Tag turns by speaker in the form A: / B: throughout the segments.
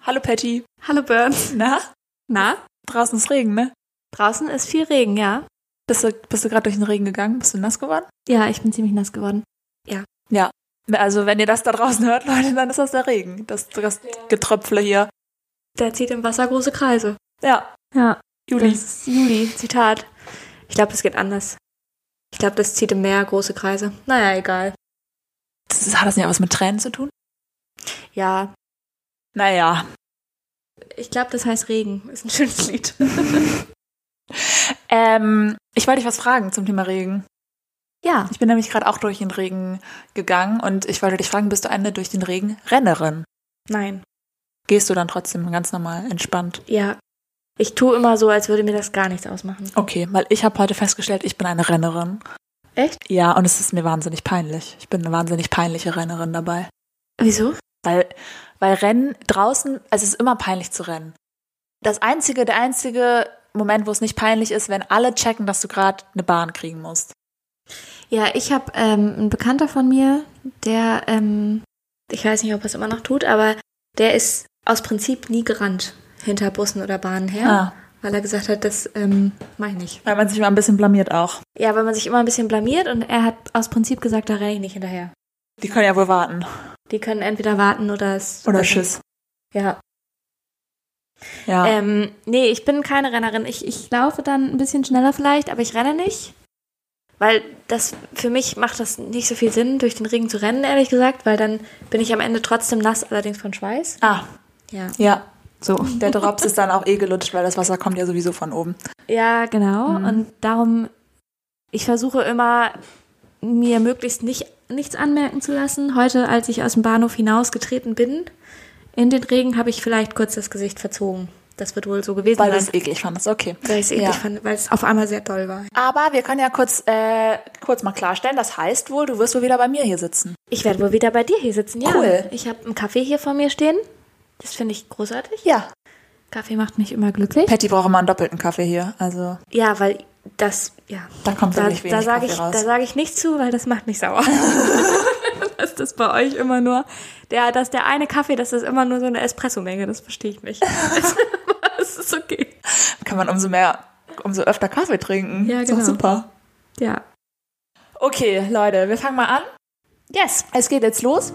A: Hallo Patty.
B: Hallo Burns.
A: Na?
B: Na?
A: Draußen ist Regen, ne?
B: Draußen ist viel Regen, ja?
A: Bist du, bist du gerade durch den Regen gegangen? Bist du nass geworden?
B: Ja, ich bin ziemlich nass geworden.
A: Also, wenn ihr das da draußen hört, Leute, dann ist das der Regen. Das, das Getröpfle hier.
B: Der zieht im Wasser große Kreise.
A: Ja,
B: Ja,
A: Juli.
B: Das ist Juli, Zitat. Ich glaube, es geht anders. Ich glaube, das zieht im Meer große Kreise. Naja, egal.
A: Das, ist- hat das nicht auch was mit Tränen zu tun?
B: Ja,
A: Naja.
B: ich glaube, das heißt Regen. Ist ein schönes Lied.
A: Ähm, ich wollte dich was fragen zum Thema Regen.
B: Ja.
A: Ich bin nämlich gerade auch durch den Regen gegangen und ich wollte dich fragen, bist du eine durch den Regen Rennerin?
B: Nein.
A: Gehst du dann trotzdem ganz normal entspannt?
B: Ja. Ich tue immer so, als würde mir das gar nichts ausmachen.
A: Okay, weil ich habe heute festgestellt, ich bin eine Rennerin.
B: Echt?
A: Ja, und es ist mir wahnsinnig peinlich. Ich bin eine wahnsinnig peinliche Rennerin dabei.
B: Wieso?
A: Weil, weil Rennen draußen, also es ist immer peinlich zu rennen. Das einzige, der einzige Moment, wo es nicht peinlich ist, wenn alle checken, dass du gerade eine Bahn kriegen musst.
B: Ja, ich habe ähm, einen Bekannter von mir, der, ähm, ich weiß nicht, ob er es immer noch tut, aber der ist aus Prinzip nie gerannt hinter Bussen oder Bahnen her,
A: Ah,
B: weil er gesagt hat, das ähm, mache ich nicht.
A: weil man sich mal ein bisschen blamiert auch.
B: Ja, weil man sich immer ein bisschen blamiert und er hat aus Prinzip gesagt, da renne ich nicht hinterher.
A: Die können ja wohl warten.
B: Die können entweder warten oder es.
A: Oder Schiss.
B: Ja.
A: Ja.
B: Ähm, nee, ich bin keine Rennerin. Ich, ich laufe dann ein bisschen schneller vielleicht, aber ich renne nicht. Weil das für mich macht das nicht so viel Sinn, durch den Regen zu rennen, ehrlich gesagt, weil dann bin ich am Ende trotzdem nass, allerdings von Schweiß.
A: ah,
B: Ja.
A: ja. So, der Drops ist dann auch eh gelutscht, weil das Wasser kommt ja sowieso von oben.
B: Ja, genau.
A: Mhm.
B: Und darum, ich versuche immer, mir möglichst nicht, nichts anmerken zu lassen. Heute, als ich aus dem Bahnhof hinausgetreten bin, in den Regen, habe ich vielleicht kurz das Gesicht verzogen. Das wird wohl so gewesen
A: Weil du
B: sein.
A: es eklig fandest, okay.
B: Weil ich es eklig
A: Ja.
B: fand, weil es auf einmal sehr doll war.
A: Aber wir können ja kurz, äh, kurz mal klarstellen, das heißt wohl, du wirst wohl wieder bei mir hier sitzen.
B: Ich werde wohl wieder bei dir hier sitzen, ja.
A: Cool.
B: Ich habe einen Kaffee hier vor mir stehen. Das finde ich großartig.
A: Ja.
B: Kaffee macht mich immer glücklich.
A: Patty braucht immer einen doppelten Kaffee hier, also
B: Ja, weil das, ja.
A: da kommt
B: Da,
A: wirklich wenig
B: da sage
A: Kaffee
B: ich,
A: raus.
B: da sag ich nichts zu, weil das macht mich sauer. dass das bei euch immer nur, der, dass der eine Kaffee, das ist immer nur so eine Espresso-Menge, das verstehe ich nicht. Also, das ist okay.
A: kann man umso mehr, umso öfter Kaffee trinken.
B: Ja,
A: Ist doch
B: genau.
A: super.
B: Ja.
A: Okay, Leute, wir fangen mal an.
B: Yes.
A: Es geht jetzt los.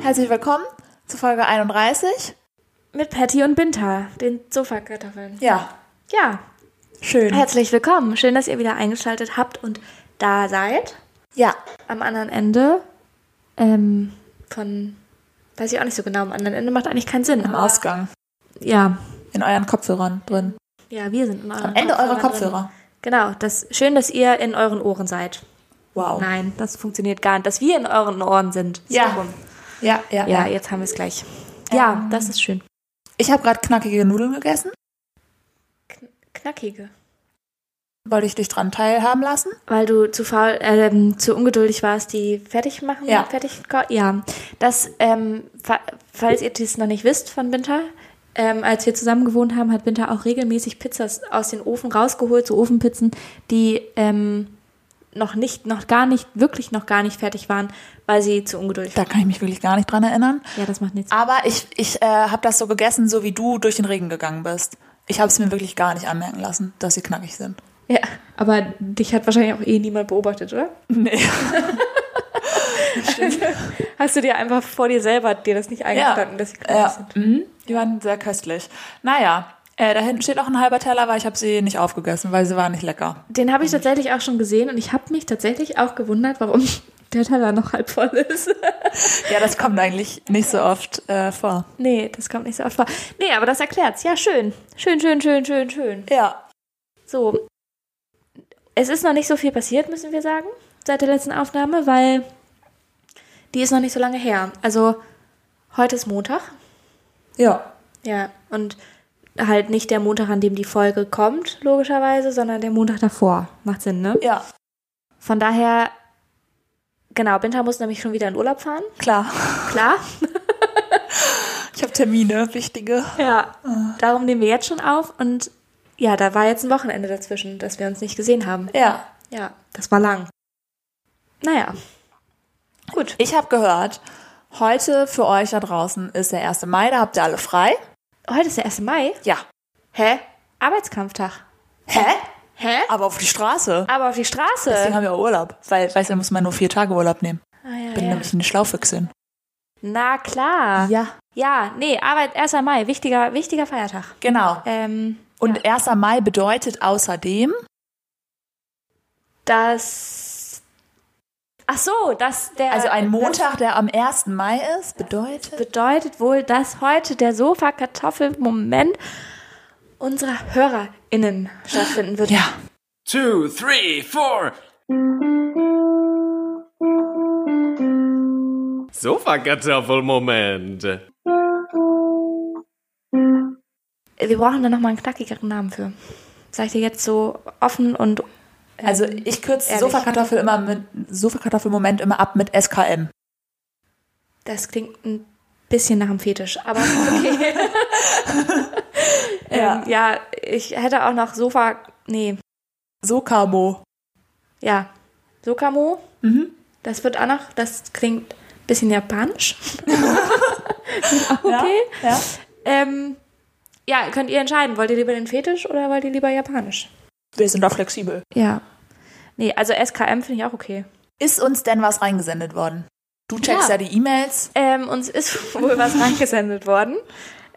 A: Herzlich willkommen zu Folge 31.
B: Mit Patty und Binta, den Sofakartoffeln.
A: Ja,
B: Ja.
A: schön.
B: Herzlich willkommen. Schön, dass ihr wieder eingeschaltet habt und da seid.
A: Ja,
B: Am anderen Ende ähm, von, weiß ich auch nicht so genau, am anderen Ende macht eigentlich keinen Sinn.
A: im
B: aber-
A: Ausgang.
B: Ja.
A: In euren Kopfhörern drin.
B: Ja, wir sind in euren
A: Am Ende eurer
B: drin.
A: Kopfhörer.
B: Genau, das schön, dass ihr in euren Ohren seid.
A: Wow.
B: Nein, das funktioniert gar nicht, dass wir in euren Ohren sind. So
A: Oh. Ja.
B: rum.
A: Ja, ja,
B: Ja,
A: ja.
B: jetzt haben wir es gleich. Ja,
A: Ähm.
B: das ist schön.
A: Ich habe gerade knackige Nudeln gegessen.
B: Knackige.
A: Wollte ich dich dran teilhaben lassen?
B: Weil du zu faul, ähm, zu ungeduldig warst, die fertig machen,
A: Ja.
B: fertig ko- Ja, das, ähm, fa falls ihr dies noch nicht wisst von Winter, ähm, als wir zusammen gewohnt haben, hat Winter auch regelmäßig Pizzas aus den Ofen rausgeholt, so Ofenpizzen, die ähm, noch nicht, noch gar nicht, wirklich noch gar nicht fertig waren, weil sie zu ungeduldig waren.
A: Da kann ich mich wirklich gar nicht dran erinnern.
B: Ja, das macht nichts.
A: Aber ich, ich äh, habe das so gegessen, so wie du durch den Regen gegangen bist. Ich habe es mir wirklich gar nicht anmerken lassen, dass sie knackig sind.
B: Ja, aber dich hat wahrscheinlich auch eh niemand beobachtet, oder? Also,
A: Nee.
B: Hast du dir einfach vor dir selber dir das nicht eingestanden, dass sie knackig
A: ja.
B: sind?
A: Mhm. Die waren sehr köstlich. Naja, äh, da hinten steht auch ein halber Teller, aber ich habe sie nicht aufgegessen, weil sie waren nicht lecker.
B: Den habe ich tatsächlich auch schon gesehen und ich habe mich tatsächlich auch gewundert, warum der Teller noch halb voll ist.
A: Ja, das kommt eigentlich nicht so oft äh, vor.
B: Nee, das kommt nicht so oft vor. Nee, aber das erklärt's. Ja, schön. Schön, schön, schön, schön, schön.
A: Ja.
B: So. Es ist noch nicht so viel passiert, müssen wir sagen, seit der letzten Aufnahme, weil die ist noch nicht so lange her. Also, heute ist Montag.
A: Ja.
B: Ja, und halt nicht der Montag, an dem die Folge kommt, logischerweise, sondern der Montag davor. Macht Sinn, ne?
A: Ja.
B: Von daher, genau, Binta muss nämlich schon wieder in Urlaub fahren.
A: Klar.
B: Klar.
A: Ich habe Termine, wichtige.
B: Ah. Ja. Darum nehmen wir jetzt schon auf und Ja, da war jetzt ein Wochenende dazwischen, dass wir uns nicht gesehen haben.
A: Ja.
B: Ja, das war lang. Naja. Gut.
A: Ich habe gehört, heute für euch da draußen ist der 1. Mai, da habt ihr alle frei.
B: Heute ist der 1. Mai.
A: Ja.
B: Hä? Arbeitskampftag.
A: Hä?
B: Hä?
A: Aber auf die Straße.
B: Aber auf die Straße.
A: Deswegen haben wir Urlaub. Weil, weißt du, da muss man nur vier Tage Urlaub nehmen.
B: ah, ja,
A: Bin
B: ja.
A: nämlich eine Schlaufüchsin.
B: Na klar.
A: Ja.
B: Ja, nee, Arbeit 1. Mai, wichtiger, wichtiger Feiertag.
A: Genau.
B: Ähm,
A: Und 1. Mai bedeutet außerdem,
B: das. Ach so, dass der.
A: also ein
B: das
A: Montag, der am 1. Mai ist, bedeutet.
B: bedeutet wohl, dass heute der Sofa-Kartoffel-Moment unserer HörerInnen stattfinden wird.
A: Ja.
C: two, three, four. Sofakartoffelmoment.
B: Wir brauchen da nochmal einen knackigeren Namen für. Sag ich dir jetzt so offen und. ähm,
A: Also ich kürze
B: ehrlich.
A: Sofakartoffel immer mit Sofakartoffelmoment immer ab mit SKM.
B: Das klingt ein bisschen nach einem Fetisch, aber okay. ja.
A: Ja.
B: Ähm, ja, ich hätte auch noch Sofa. Nee,
A: Sokamo.
B: ja. Sokamo.
A: Mhm.
B: Das wird auch noch. Das klingt ein bisschen japanisch. okay.
A: Ja. ja.
B: Ähm, ja, könnt ihr entscheiden. Wollt ihr lieber den Fetisch oder wollt ihr lieber japanisch?
A: Wir sind da flexibel.
B: Ja. Nee, also SKM finde ich auch okay.
A: Ist uns denn was reingesendet worden? Du checkst ja,
B: Ja.
A: die E-Mails.
B: Ähm, uns ist wohl was reingesendet worden.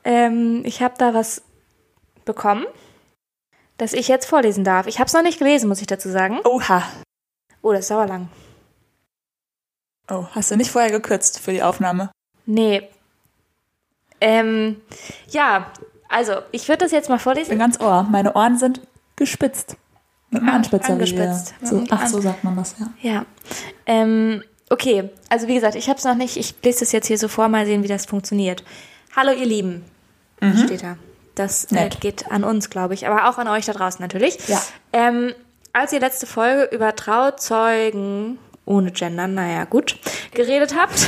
B: Ähm, ich habe da was bekommen, das ich jetzt vorlesen darf. Ich habe es noch nicht gelesen, muss ich dazu sagen.
A: Oha.
B: Oh, das ist aber lang.
A: Oh, hast du nicht vorher gekürzt für die Aufnahme?
B: Nee. Ähm, ja, also ich würde das jetzt mal
A: Ich bin
B: vorlesen.
A: ganz ohr. Meine Ohren sind gespitzt. Mit einem
B: Ah,
A: Anspitzer. wie wir-
B: angespitzt. Mit
A: So,
B: einem
A: ach,
B: An-
A: so sagt man das, ja.
B: Ja. Ähm, okay, also wie gesagt, ich habe es noch nicht. Ich lese das jetzt hier so vor, mal sehen, wie das funktioniert. Hallo ihr Lieben, steht da. Das äh,
A: Mhm. Nett.
B: geht an uns, glaube ich, aber auch an euch da draußen natürlich.
A: Ja.
B: Ähm, als ihr letzte Folge über Trauzeugen ohne Gender, naja, gut, geredet habt,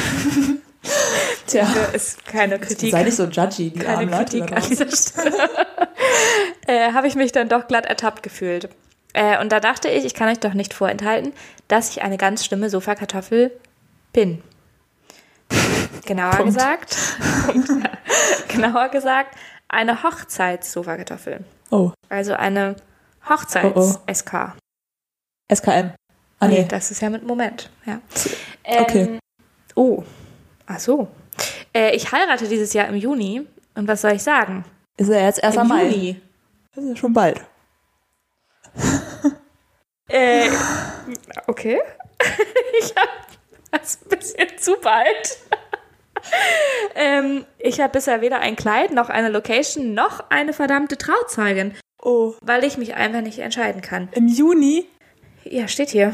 A: Tja.
B: ist keine Kritik
A: Sei nicht so judgy, die
B: keine
A: armen Leute.
B: Kritik
A: da
B: an
A: draußen.
B: dieser Stelle. äh, Habe ich mich dann doch glatt ertappt gefühlt. Äh, und da dachte ich, ich kann euch doch nicht vorenthalten, dass ich eine ganz schlimme Sofakartoffel bin. Genauer
A: Punkt.
B: gesagt, Punkt, ja. genauer gesagt, eine Hochzeits-Sofakartoffel.
A: Oh,
B: Also eine Hochzeits-SK.
A: SKM. Oh, Ah,
B: Nee,
A: nee.
B: das ist ja mit Moment. Ja.
A: Okay.
B: Ähm, Oh, ach so. Äh, ich heirate dieses Jahr im Juni. Und was soll ich sagen?
A: Ist ja jetzt 1.
B: Im
A: Mai.
B: Juni.
A: Das ist ja schon bald.
B: Äh, okay. ich hab das ein bisschen zu bald. ähm, ich habe bisher weder ein Kleid, noch eine Location, noch eine verdammte Trauzeugin,
A: Oh,
B: weil ich mich einfach nicht entscheiden kann.
A: im Juni?
B: Ja, steht hier.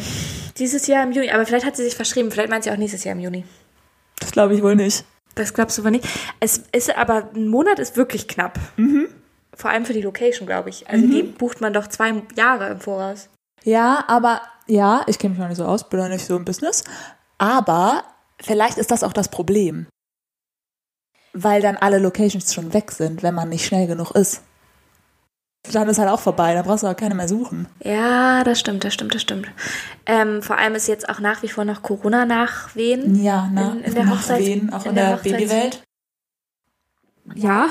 B: Dieses Jahr im Juni. Aber vielleicht hat sie sich verschrieben. Vielleicht meint sie auch nächstes Jahr im Juni.
A: Das glaube ich wohl nicht.
B: Das glaubst du wohl nicht. Es ist aber, ein Monat ist wirklich knapp. Vor allem für die Location, glaube ich. Also die bucht man doch zwei Jahre im Voraus.
A: Ja, aber ja, ich kenne mich noch nicht so aus, bin noch nicht so im Business. Aber vielleicht ist das auch das Problem. Weil dann alle Locations schon weg sind, wenn man nicht schnell genug ist. Dann ist halt auch vorbei, da brauchst du auch keine mehr suchen.
B: Ja, das stimmt, das stimmt, das stimmt. Ähm, vor allem ist jetzt auch nach wie vor noch Corona nachwehen.
A: Ja, na,
B: In- in der
A: nach
B: Hochzeits-
A: wen? Auch in,
B: in der
A: der,
B: Hochzeits-
A: Babywelt?
B: Ja.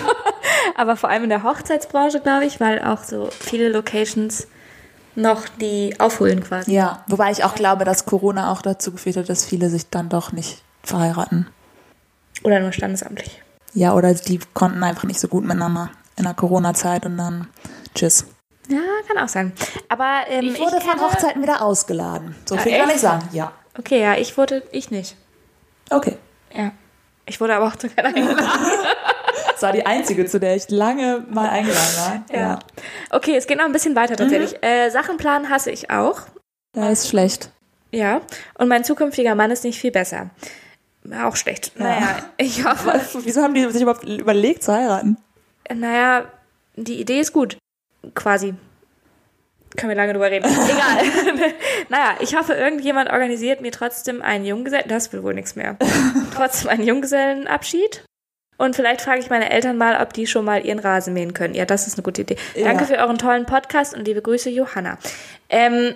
B: Aber vor allem in der Hochzeitsbranche, glaube ich, weil auch so viele Locations noch die aufholen quasi.
A: Ja, wobei ich auch glaube, dass Corona auch dazu geführt hat, dass viele sich dann doch nicht verheiraten.
B: Oder nur standesamtlich.
A: Ja, oder die konnten einfach nicht so gut miteinander in der Corona-Zeit und dann tschüss.
B: Ja, kann auch sein. Aber ähm,
A: Ich wurde von
B: kenne-
A: Hochzeiten wieder ausgeladen. So
B: Ah,
A: viel kann
B: echt?
A: ich sagen. Ja.
B: Okay, ja, ich wurde, ich nicht.
A: Okay.
B: Ja. Ich wurde aber auch zu keiner eingeladen.
A: Das war die einzige, zu der ich lange mal eingeladen war.
B: Ja. Okay, es geht noch ein bisschen weiter
A: Mhm.
B: tatsächlich. Äh, Sachenplan hasse ich auch.
A: Da ist schlecht.
B: Ja, und mein zukünftiger Mann ist nicht viel besser. Auch schlecht. Naja, ich hoffe.
A: Wieso haben die sich überhaupt überlegt zu heiraten?
B: Naja, die Idee ist gut. Quasi. Können wir lange drüber reden. Egal. naja, ich hoffe, irgendjemand organisiert mir trotzdem einen Junggesellen... Das will wohl nichts mehr. trotzdem einen Junggesellenabschied. Und vielleicht frage ich meine Eltern mal, ob die schon mal ihren Rasen mähen können. Ja, das ist eine gute Idee.
A: Ja.
B: Danke für euren tollen Podcast und liebe Grüße, Johanna. Ähm,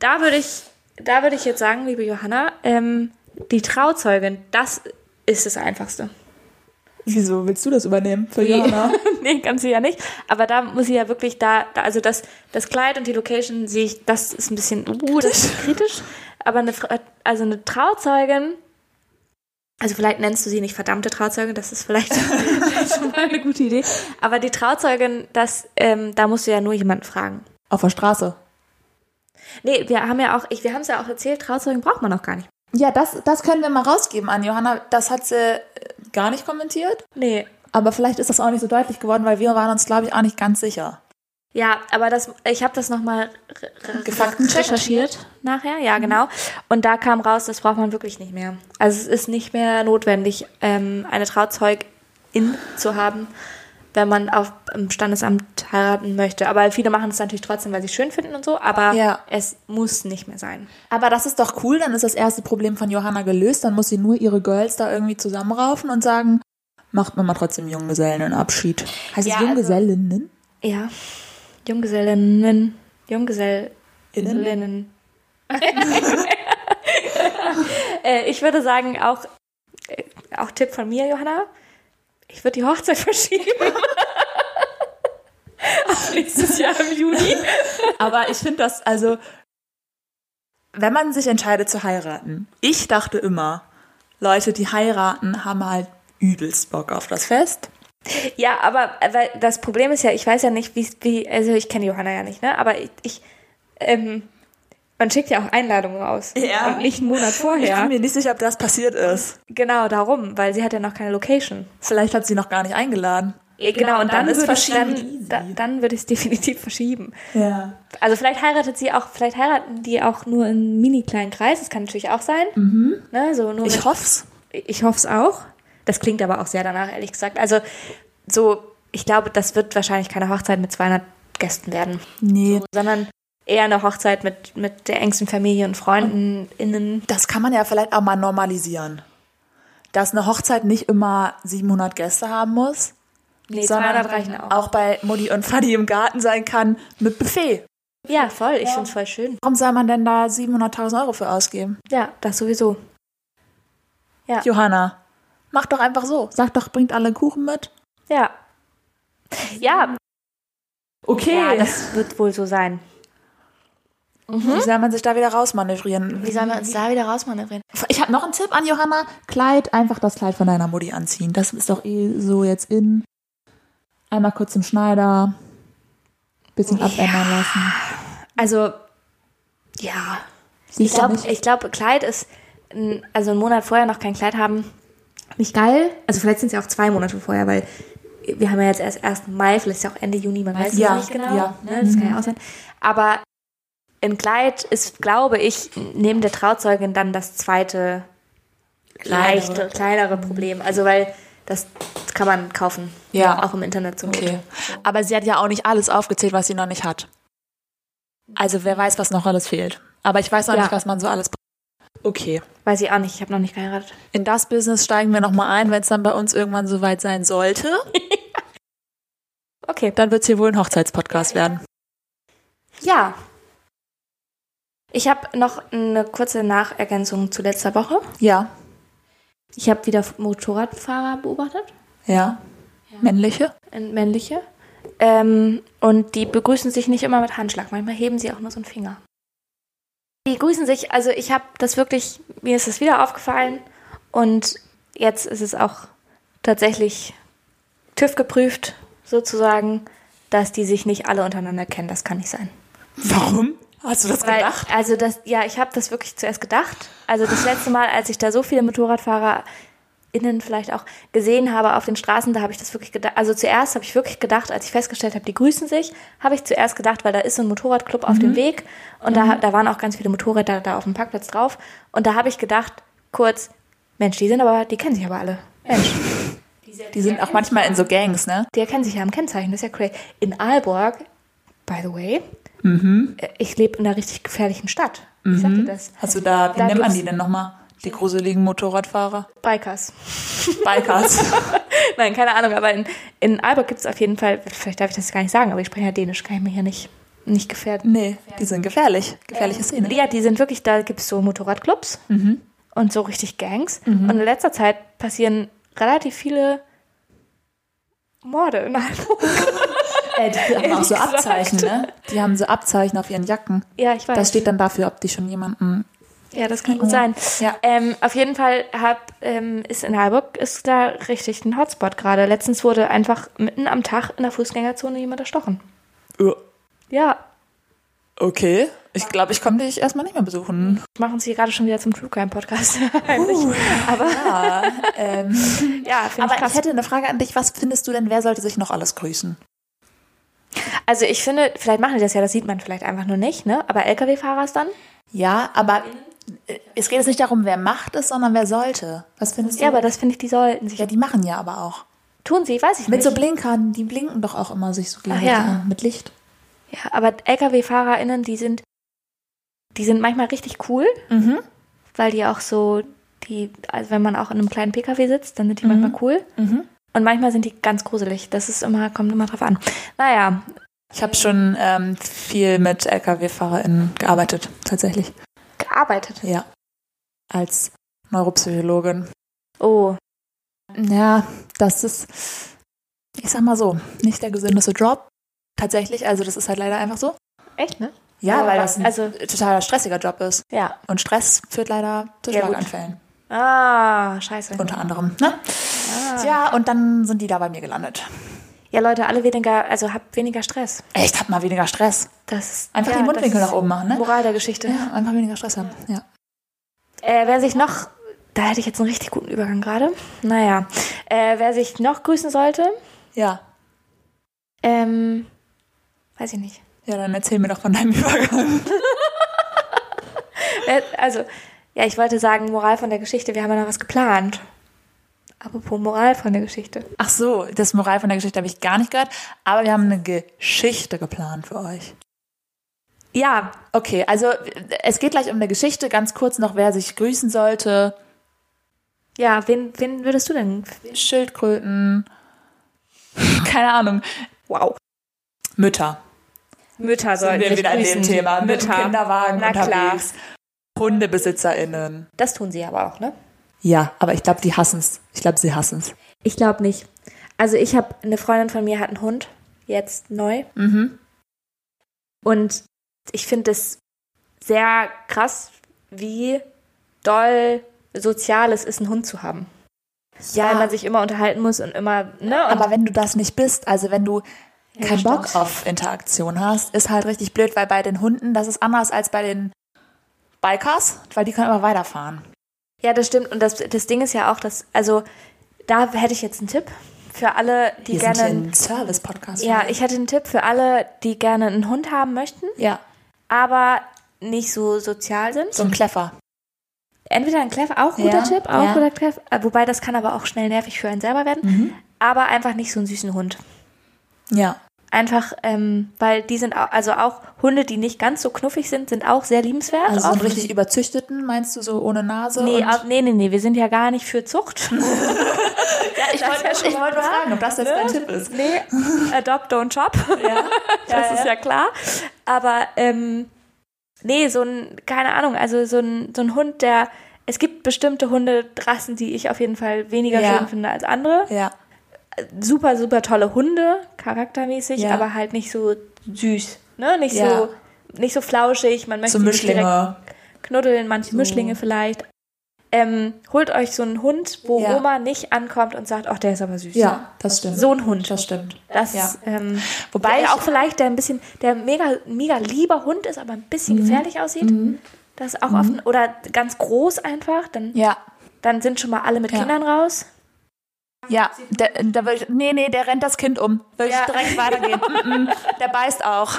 B: da würde ich, da würde ich jetzt sagen, liebe Johanna, ähm, die Trauzeugin, das ist das Einfachste.
A: Wieso willst du das übernehmen für Johanna?
B: nee, ganz sicher nicht. Aber da muss ich ja wirklich da, da also das, das Kleid und die Location sehe ich, das ist ein bisschen, uh, das ist kritisch. Aber eine, Fra- also eine Trauzeugin, also vielleicht nennst du sie nicht verdammte Trauzeugin, das ist vielleicht schon mal eine gute Idee. Aber die Trauzeugin, das, ähm, da musst du ja nur jemanden fragen.
A: Auf der Straße.
B: Nee, wir haben ja auch, ich, wir haben es ja auch erzählt, Trauzeugen braucht man auch gar nicht.
A: Ja, das, das können wir mal rausgeben an Johanna. Das hat sie äh, gar nicht kommentiert.
B: Nee,
A: Aber vielleicht ist das auch nicht so deutlich geworden, weil wir waren uns, glaube ich, auch nicht ganz sicher.
B: Ja, aber das, ich habe das nochmal
A: Gefaktencheckt.
B: recherchiert nachher, ja genau. Und da kam raus, das braucht man wirklich nicht mehr. Also es ist nicht mehr notwendig, ähm, eine Trauzeugin zu haben, wenn man auf im Standesamt heiraten möchte. Aber viele machen es natürlich trotzdem, weil sie es schön finden und so. Aber
A: Ja.
B: es muss nicht mehr sein.
A: Aber das ist doch cool, dann ist das erste Problem von Johanna gelöst. Dann muss sie nur ihre Girls da irgendwie zusammenraufen und sagen, macht man mal trotzdem Junggesellenabschied. Heißt
B: Ja,
A: es Junggesellinnen?
B: Ja, Junggesellinnen, Junggesellinnen. äh, ich würde sagen, auch, äh, auch Tipp von mir, Johanna, ich würde die Hochzeit verschieben. Auf nächstes Jahr im Juni.
A: Aber ich finde das, also, wenn man sich entscheidet zu heiraten, ich dachte immer, Leute, die heiraten, haben halt übelst Bock auf das Fest.
B: Ja, aber äh, weil das Problem ist ja, ich weiß ja nicht, wie, wie also ich kenne Johanna ja nicht, ne? Aber ich, ich ähm, man schickt ja auch Einladungen raus.
A: Ja.
B: Und nicht einen Monat
A: Ich bin
B: vorher.
A: mir nicht sicher, ob das passiert ist.
B: Genau darum, weil sie hat ja noch keine Location.
A: Vielleicht hat sie noch gar nicht eingeladen.
B: Ja, genau, und dann,
A: dann ist
B: würde ich
A: verschieben
B: dann, da,
A: easy.
B: dann würde ich es definitiv verschieben.
A: Ja.
B: Also vielleicht heiratet sie auch, vielleicht heiraten die auch nur in einem mini kleinen Kreis, das kann natürlich auch sein. Ne, so nur
A: Ich
B: mit-
A: hoff's.
B: ich hoffe es auch. Das klingt aber auch sehr danach, ehrlich gesagt. Also so, ich glaube, das wird wahrscheinlich keine Hochzeit mit 200 Gästen werden,
A: Nee.
B: sondern eher eine Hochzeit mit, mit der engsten Familie und Freunden innen.
A: Das kann man ja vielleicht auch mal normalisieren. Dass eine Hochzeit nicht immer 700 Gäste haben muss,
B: Nee,
A: sondern
B: 200 reichen auch.
A: auch bei Mutti und Fadi im Garten sein kann mit Buffet.
B: Ja, voll. Ich finde es voll schön.
A: Warum soll man denn da 700.000 Euro für ausgeben?
B: Ja, das sowieso. Ja.
A: Johanna, mach doch einfach so. Sag doch, bringt alle Kuchen mit.
B: Ja. Ja,
A: Okay.
B: Ja, das wird wohl so sein.
A: Wie soll man sich da wieder rausmanövrieren?
B: Wie sollen wir uns da wieder rausmanövrieren?
A: Ich habe noch einen Tipp an Johanna. Kleid, einfach das Kleid von deiner Mutti anziehen. Das ist doch eh so jetzt in. Einmal kurz zum Schneider. Bisschen abändern lassen.
B: Also, ja. Ich
A: Siehst du
B: glaube,
A: nicht?
B: ich glaub, Kleid ist, n- also einen Monat vorher noch kein Kleid haben, nicht geil. Also vielleicht sind es ja auch zwei Monate vorher, weil wir haben ja jetzt erst 1. Mai, vielleicht ist ja auch Ende Juni, man weiß es
A: Ja,
B: nicht genau.
A: ja.
B: Ne, das kann ja auch sein. Aber ein Kleid ist, glaube ich, neben der Trauzeugin dann das zweite leichte, kleinere Problem. Also weil das kann man kaufen.
A: Ja.
B: Auch im Internet zum Glück.
A: Okay. Aber sie hat ja auch nicht alles aufgezählt, was sie noch nicht hat. Also wer weiß, was noch alles fehlt. Aber ich weiß noch
B: Ja.
A: nicht, was man so alles braucht. Okay.
B: Weiß ich auch nicht, ich habe noch nicht geheiratet.
A: In das Business steigen wir nochmal ein, wenn es dann bei uns irgendwann soweit sein sollte.
B: Okay.
A: Dann wird es hier wohl ein Hochzeitspodcast werden.
B: Ja. Ich habe noch eine kurze Nachergänzung zu letzter Woche.
A: Ja.
B: Ich habe wieder Motorradfahrer beobachtet,
A: Ja. Männliche?
B: in- männliche. Ähm, und die begrüßen sich nicht immer mit Handschlag. Manchmal heben sie auch nur so einen Finger. Die grüßen sich, also ich habe das wirklich, mir ist das wieder aufgefallen. Und jetzt ist es auch tatsächlich TÜV geprüft, sozusagen, dass die sich nicht alle untereinander kennen. Das kann nicht sein.
A: Warum? Hast du das
B: Weil, Also das, ja, ich habe das wirklich zuerst gedacht. Also das letzte Mal, als ich da so viele MotorradfahrerInnen vielleicht auch gesehen habe auf den Straßen, da habe ich das wirklich gedacht. Also zuerst habe ich wirklich gedacht, als ich festgestellt habe, die grüßen sich, habe ich zuerst gedacht, weil da ist so ein Motorradclub auf
A: Mhm.
B: dem Weg und da, da waren auch ganz viele Motorräder da auf dem Parkplatz drauf. Und da habe ich gedacht, kurz, Mensch, die sind aber, die kennen sich aber alle. Mensch.
A: Die sind auch manchmal in so Gangs, ne?
B: Die erkennen sich ja am Kennzeichen, das ist ja crazy. In Aalborg, by the way,
A: Mhm.
B: äh, ich lebe in einer richtig gefährlichen Stadt. Ich sagte das.
A: Hast du da, wie
B: Da
A: nennt man
B: gibt's-
A: die denn nochmal? Die gruseligen Motorradfahrer.
B: Bikers.
A: Bikers.
B: Nein, keine Ahnung, aber in, in Alberg gibt es auf jeden Fall, vielleicht darf ich das gar nicht sagen, aber ich spreche ja Dänisch, kann ich mir hier nicht, nicht gefährden.
A: nee, die sind gefährlich. Gefährliche Szene.
B: Ja, die sind wirklich, da gibt es so Motorradclubs
A: Mhm.
B: und so richtig Gangs. Und in letzter Zeit passieren relativ viele Morde in Alberg.
A: Ey, die haben auch so
B: gesagt.
A: Abzeichen, ne? Die haben so Abzeichen auf ihren Jacken.
B: Ja, ich weiß.
A: Das steht dann dafür, ob die schon jemanden.
B: Ja, das kann gut sein.
A: Ja.
B: Ähm, auf jeden Fall hab, ähm, ist in Harburg ist da richtig ein Hotspot gerade. Letztens wurde einfach mitten am Tag in der Fußgängerzone jemand erstochen. Ja,
A: äh, Okay. Ich glaube, ich komme dich erstmal nicht mehr besuchen.
B: machen sie gerade schon wieder zum True Crime Podcast. Heimlich. Uh. aber
A: Ja. ähm,
B: ja, finde
A: aber
B: ich krass.
A: ich hätte eine Frage an dich. Was findest du denn, wer sollte sich noch alles grüßen?
B: also ich finde, vielleicht machen die das ja, das sieht man vielleicht einfach nur nicht, ne? Aber Lkw-Fahrer ist dann?
A: Ja, aber äh, es geht jetzt nicht darum, wer macht es, sondern wer sollte. Was findest du?
B: Ja, aber das finde ich, die sollten sich.
A: ja, die machen ja aber auch.
B: tun sie, weiß ich
A: Mit
B: nicht.
A: so Blinkern, die blinken doch auch immer sich so gegen
B: Ach ja.
A: an, mit Licht.
B: ja, aber Lkw-FahrerInnen, die sind, die sind manchmal richtig cool.
A: Mhm.
B: weil die auch so, die, also wenn man auch in einem kleinen Pkw sitzt, dann sind die manchmal cool.
A: Mhm.
B: Und manchmal sind die ganz gruselig. Das ist immer, kommt immer drauf an. Naja,
A: Ich habe schon ähm, viel mit LKW-FahrerInnen gearbeitet, tatsächlich.
B: gearbeitet.
A: Ja. Als Neuropsychologin.
B: Oh,
A: Ja, das ist, ich sag mal so, nicht der gesündeste Job. Tatsächlich, also das ist halt leider einfach so.
B: echt, ne?
A: Ja,
B: Aber
A: weil das ein
B: also-
A: totaler stressiger Job ist.
B: Ja.
A: Und Stress führt leider zu
B: Ja, gut.
A: Schlaganfällen,
B: Ah, scheiße.
A: unter anderem. Ne?
B: Ah. Ja.
A: Ja, und dann sind die da bei mir gelandet.
B: ja, Leute, alle weniger, also habt weniger Stress.
A: Echt, hab mal weniger Stress.
B: Das ist,
A: Einfach
B: ja,
A: die Mundwinkel
B: das
A: nach
B: ist
A: oben machen, ne?
B: Moral der Geschichte.
A: Ja, einfach weniger Stress haben. Ja.
B: Äh, wer sich noch, da hätte ich jetzt einen richtig guten Übergang gerade. Naja, äh, wer sich noch grüßen sollte,
A: Ja.
B: ähm, weiß ich nicht.
A: Ja, dann erzähl mir doch von deinem Übergang.
B: Äh, Also, ja, ich wollte sagen, Moral von der Geschichte, wir haben ja noch was geplant. Apropos Moral von der Geschichte.
A: Ach so, das Moral von der Geschichte habe ich gar nicht gehört, aber wir haben eine Geschichte geplant für euch.
B: Ja,
A: Okay, also es geht gleich um eine Geschichte. Ganz kurz noch, wer sich grüßen sollte.
B: ja, wen, wen würdest du denn?
A: Schildkröten. Keine Ahnung.
B: Wow.
A: Mütter.
B: Mütter
A: Sind
B: sollten
A: wir
B: sich
A: wieder an dem
B: grüßen.
A: Thema. Mit dem
B: Mütter.
A: Kinderwagen
B: Na klar.
A: unterwegs. HundebesitzerInnen.
B: Das tun sie aber auch, ne?
A: Ja, aber ich glaube, die hassen es. Ich glaube, sie hassen es.
B: Ich glaube nicht. Also ich habe eine Freundin von mir hat einen Hund, jetzt neu.
A: Mhm.
B: Und ich finde es sehr krass, wie doll sozial es ist, einen Hund zu haben. Weil man sich immer unterhalten muss und immer, ne? Und
A: Aber wenn du das nicht bist, also wenn du keinen
B: stimmt.
A: Bock auf Interaktion hast, ist halt richtig blöd, weil bei den Hunden, das ist anders als bei den Bikers, weil die können immer weiterfahren.
B: Ja, das stimmt. Und das, das Ding ist ja auch, dass, also da hätte ich jetzt einen Tipp für alle, die
A: Wir
B: gerne.
A: sind hier ein Service-Podcast.
B: ja, ich hätte einen Tipp für alle, die gerne einen Hund haben möchten,
A: ja,
B: aber nicht so sozial sind.
A: so ein Kleffer.
B: Entweder ein Clef, auch guter
A: Ja,
B: Tipp, auch
A: ja. Mhm.
B: guter Clef, äh, wobei das kann aber auch schnell nervig für einen selber werden. Aber einfach nicht so einen süßen Hund.
A: Ja.
B: Einfach, ähm, weil die sind auch, also auch Hunde, die nicht ganz so knuffig sind, sind auch sehr liebenswert.
A: Also so
B: auch
A: einen richtig überzüchteten, meinst du so ohne Nase?
B: nee,
A: und-
B: auch, nee, nee, nee, wir sind ja gar nicht für Zucht.
A: ja, ich
B: das
A: wollte
B: wär schon
A: ich
B: mal
A: wollte
B: was,
A: fragen, ob das jetzt
B: ne?
A: dein Tipp ist.
B: Nee, adopt, don't shop. das ist ja klar. Aber ähm, nee, so ein, keine Ahnung, also so ein, so ein Hund, der, es gibt bestimmte Hunderassen, die ich auf jeden Fall weniger
A: Ja.
B: schön finde als andere.
A: Ja.
B: Super, super tolle Hunde, charaktermäßig,
A: Ja.
B: aber halt nicht so süß, ne? Nicht
A: Ja.
B: so nicht so flauschig, man
A: So
B: möchte sie nicht direkt
A: Mischlinge.
B: knuddeln, manche Mischlinge vielleicht. Ähm, holt euch so einen Hund, wo
A: Ja.
B: Oma nicht ankommt und sagt, ach, der ist aber süß.
A: Ja, das stimmt.
B: So ein Hund.
A: das stimmt.
B: Das,
A: Ja.
B: ähm,
A: Wobei
B: Wobei
A: ich-
B: ja auch vielleicht der ein bisschen, der mega, mega lieber Hund ist, aber ein bisschen
A: Mhm.
B: gefährlich aussieht. Das ist auch offen. Oder ganz groß einfach. Dann,
A: Ja.
B: dann sind schon mal alle mit
A: Ja.
B: Kindern raus.
A: Ja, da, da würde ich, nee, nee, der rennt das Kind um. Würde
B: Ja.
A: ich direkt weitergehen. Mm, mm, der beißt auch.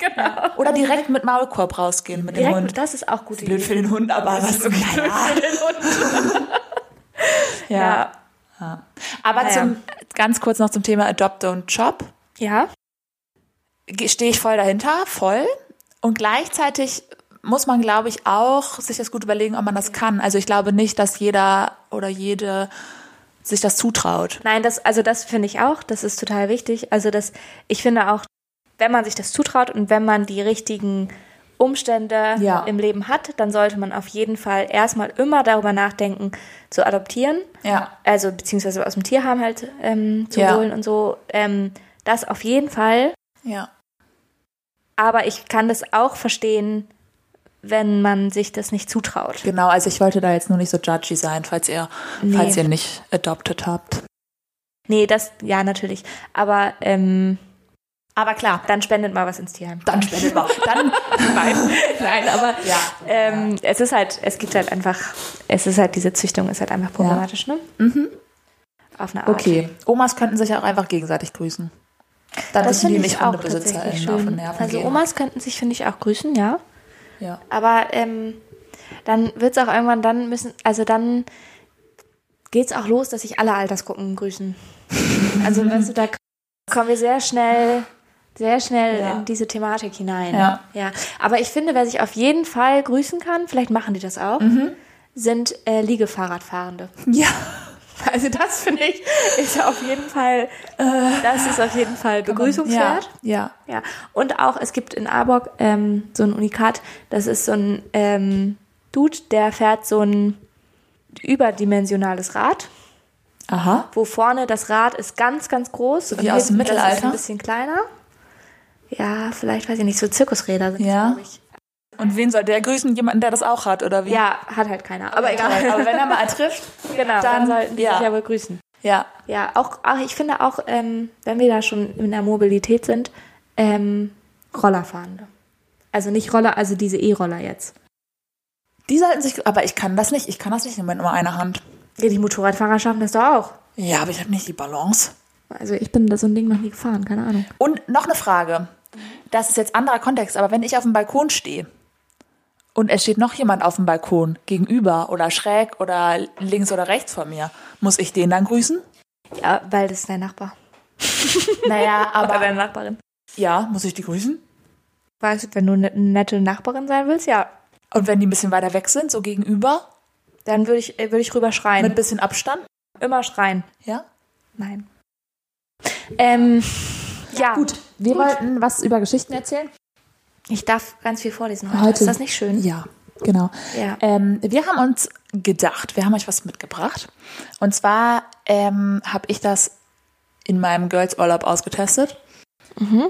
B: Genau.
A: Oder direkt mit Maulkorb rausgehen mit
B: Direkt,
A: dem
B: und
A: Hund.
B: das ist auch gut.
A: Blöd für den Hund, aber was okay. Naja. ja.
B: Ja.
A: Aber
B: Naja.
A: Zum, ganz kurz noch zum Thema Adopt und Shop.
B: Ja.
A: Stehe ich voll dahinter, voll. Und gleichzeitig muss man, glaube ich, auch sich das gut überlegen, ob man das kann. Also ich glaube nicht, dass jeder oder jede sich das zutraut.
B: Nein, das, also das finde ich auch, das ist total wichtig. Also das, ich finde auch, wenn man sich das zutraut und wenn man die richtigen Umstände
A: Ja.
B: im Leben hat, dann sollte man auf jeden Fall erstmal immer darüber nachdenken, zu adoptieren.
A: Ja.
B: Also beziehungsweise aus dem Tierheim halt ähm, zu
A: Ja.
B: holen und so. Ähm, das auf jeden Fall.
A: Ja.
B: Aber ich kann das auch verstehen, wenn man sich das nicht zutraut.
A: Genau, also ich wollte da jetzt nur nicht so judgy sein, falls ihr,
B: Nee.
A: falls ihr nicht adopted habt.
B: Nee, das, ja, natürlich. Aber, ähm,
A: Aber klar,
B: dann spendet mal was ins Tierheim.
A: dann spendet mal. Dann,
B: Nein, nein, aber
A: Ja.
B: ähm, es ist halt, es gibt halt einfach, es ist halt, diese Züchtung ist halt einfach problematisch, ne?
A: Mhm.
B: Auf eine Art.
A: okay, Omas könnten sich auch einfach gegenseitig grüßen. Dann
B: Das
A: müssen die
B: finde ich
A: nicht
B: auch
A: andere
B: tatsächlich
A: BesitzerInnen auf den
B: schön.
A: Nerven
B: Also
A: gehen.
B: Omas könnten sich, finde ich, auch grüßen, ja.
A: ja.
B: Aber ähm, dann wird es auch irgendwann, dann müssen, also dann geht's auch los, dass sich alle Altersgruppen grüßen. Also weißt du, da kommen wir sehr schnell, sehr schnell
A: Ja.
B: in diese Thematik hinein.
A: Ja.
B: ja. Aber ich finde, wer sich auf jeden Fall grüßen kann, vielleicht machen die das auch,
A: Mhm.
B: sind äh, Liegefahrradfahrende.
A: ja,
B: Also das finde ich ist auf jeden Fall, das ist auf jeden Fall
A: Äh. ja,
B: begrüßungswert.
A: ja.
B: Ja, und auch es gibt in Aarburg ähm, so ein Unikat, das ist so ein ähm, Dude, der fährt so ein überdimensionales Rad,
A: Aha,
B: wo vorne das Rad ist ganz, ganz groß.
A: wie aus dem
B: hinten das Ist
A: Mittelalter?
B: ein bisschen kleiner. Ja, vielleicht weiß ich nicht, so Zirkusräder sind
A: Ja.
B: das, glaube ich.
A: Und wen soll der grüßen? Jemanden, der das auch hat, oder wie?
B: Ja, hat halt keiner, aber egal.
A: Aber wenn er mal trifft.
B: genau, dann,
A: dann-
B: sollten die
A: ja.
B: sich ja wohl grüßen.
A: Ja.
B: Ja, auch, auch ich finde auch, ähm, wenn wir da schon in der Mobilität sind, ähm, Rollerfahrende. Also nicht Roller, also diese E-Roller jetzt.
A: Die sollten sich, aber ich kann das nicht, ich kann das nicht mit nur einer Hand.
B: Ja, die Motorradfahrer schaffen das doch auch.
A: Ja, aber ich habe nicht die Balance.
B: Also ich bin da so ein Ding noch nie gefahren, keine Ahnung.
A: Und noch eine Frage. Das ist jetzt anderer Kontext, aber wenn ich auf dem Balkon stehe und es steht noch jemand auf dem Balkon gegenüber oder schräg oder links oder rechts von mir, muss ich den dann grüßen?
B: Ja, weil das ist dein Nachbar.
A: Naja,
B: Oder deine Nachbarin.
A: Ja, muss ich die grüßen?
B: Weißt du, wenn du eine nette Nachbarin sein willst, ja,
A: Und wenn die ein bisschen weiter weg sind, so gegenüber,
B: dann würde ich, äh, würde ich rüber schreien.
A: mit ein bisschen Abstand,
B: Immer schreien.
A: ja?
B: Nein. Ähm, ja. Gut.
A: wir wollten was über Geschichten erzählen.
B: Ich darf ganz viel vorlesen heute.
A: Heute.
B: Ist das nicht schön?
A: Ja, genau.
B: Ja.
A: Ähm, wir haben uns gedacht, wir haben euch was mitgebracht. Und zwar ähm, habe ich das in meinem Girls-Urlaub ausgetestet. Mhm.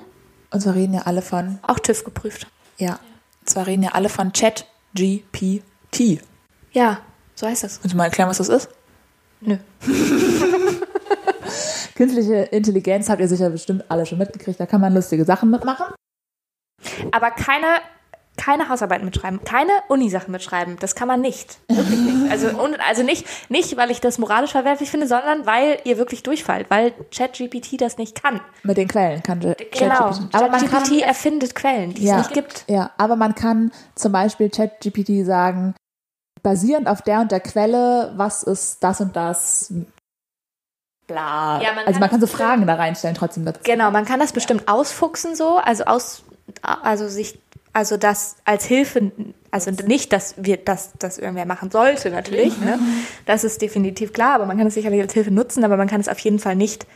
A: Und zwar reden ja alle von,
B: Auch TÜV geprüft.
A: ja, und zwar reden ja alle von Chat GPT.
B: Ja, so heißt das.
A: Willst du mal erklären, was das ist?
B: Nö.
A: Künstliche Intelligenz habt ihr sicher bestimmt alle schon mitgekriegt. Da kann man lustige Sachen mitmachen.
B: Aber keine, keine Hausarbeiten mitschreiben, keine Unisachen mitschreiben. Das kann man nicht. Wirklich nicht. Also, und, also nicht, nicht, weil ich das moralisch verwerflich finde, sondern weil ihr wirklich durchfallt, weil ChatGPT das nicht kann.
A: Mit den Quellen kann ChatGPT.
B: Genau.
A: Aber man kann,
B: ChatGPT erfindet Quellen, die
A: Ja.
B: es nicht gibt.
A: Ja, aber man kann zum Beispiel ChatGPT sagen, basierend auf der und der Quelle, was ist das und das? Bla.
B: Ja, man
A: also man
B: kann
A: kann so
B: bestimmt-
A: Fragen da reinstellen trotzdem dazu.
B: Genau, man kann das bestimmt ausfuchsen so, also aus, also sich, also das als Hilfe, also nicht, dass wir, dass das irgendwer machen sollte natürlich, ne? das ist definitiv klar, aber man kann es sicherlich als Hilfe nutzen, aber man kann es auf jeden Fall nicht,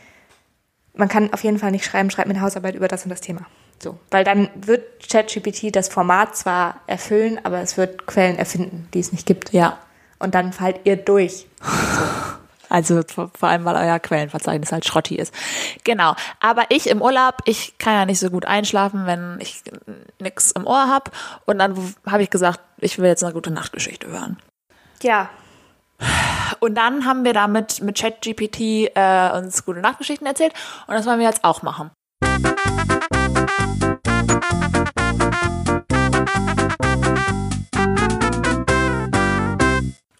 B: man kann auf jeden Fall nicht schreiben, schreibt mir eine Hausarbeit über das und das Thema. So, weil dann wird ChatGPT das Format zwar erfüllen, aber es wird Quellen erfinden, die es nicht gibt.
A: Ja.
B: Und dann fallt ihr durch.
A: Also vor vor allem, weil euer Quellenverzeichnis halt schrotti ist. Genau. Aber ich im Urlaub, ich kann ja nicht so gut einschlafen, wenn ich nix im Ohr hab. Und dann w- habe ich gesagt, ich will jetzt eine gute Nachtgeschichte hören.
B: Ja,
A: Und dann haben wir damit mit ChatGPT äh, uns gute Nachtgeschichten erzählt. Und das wollen wir jetzt auch machen.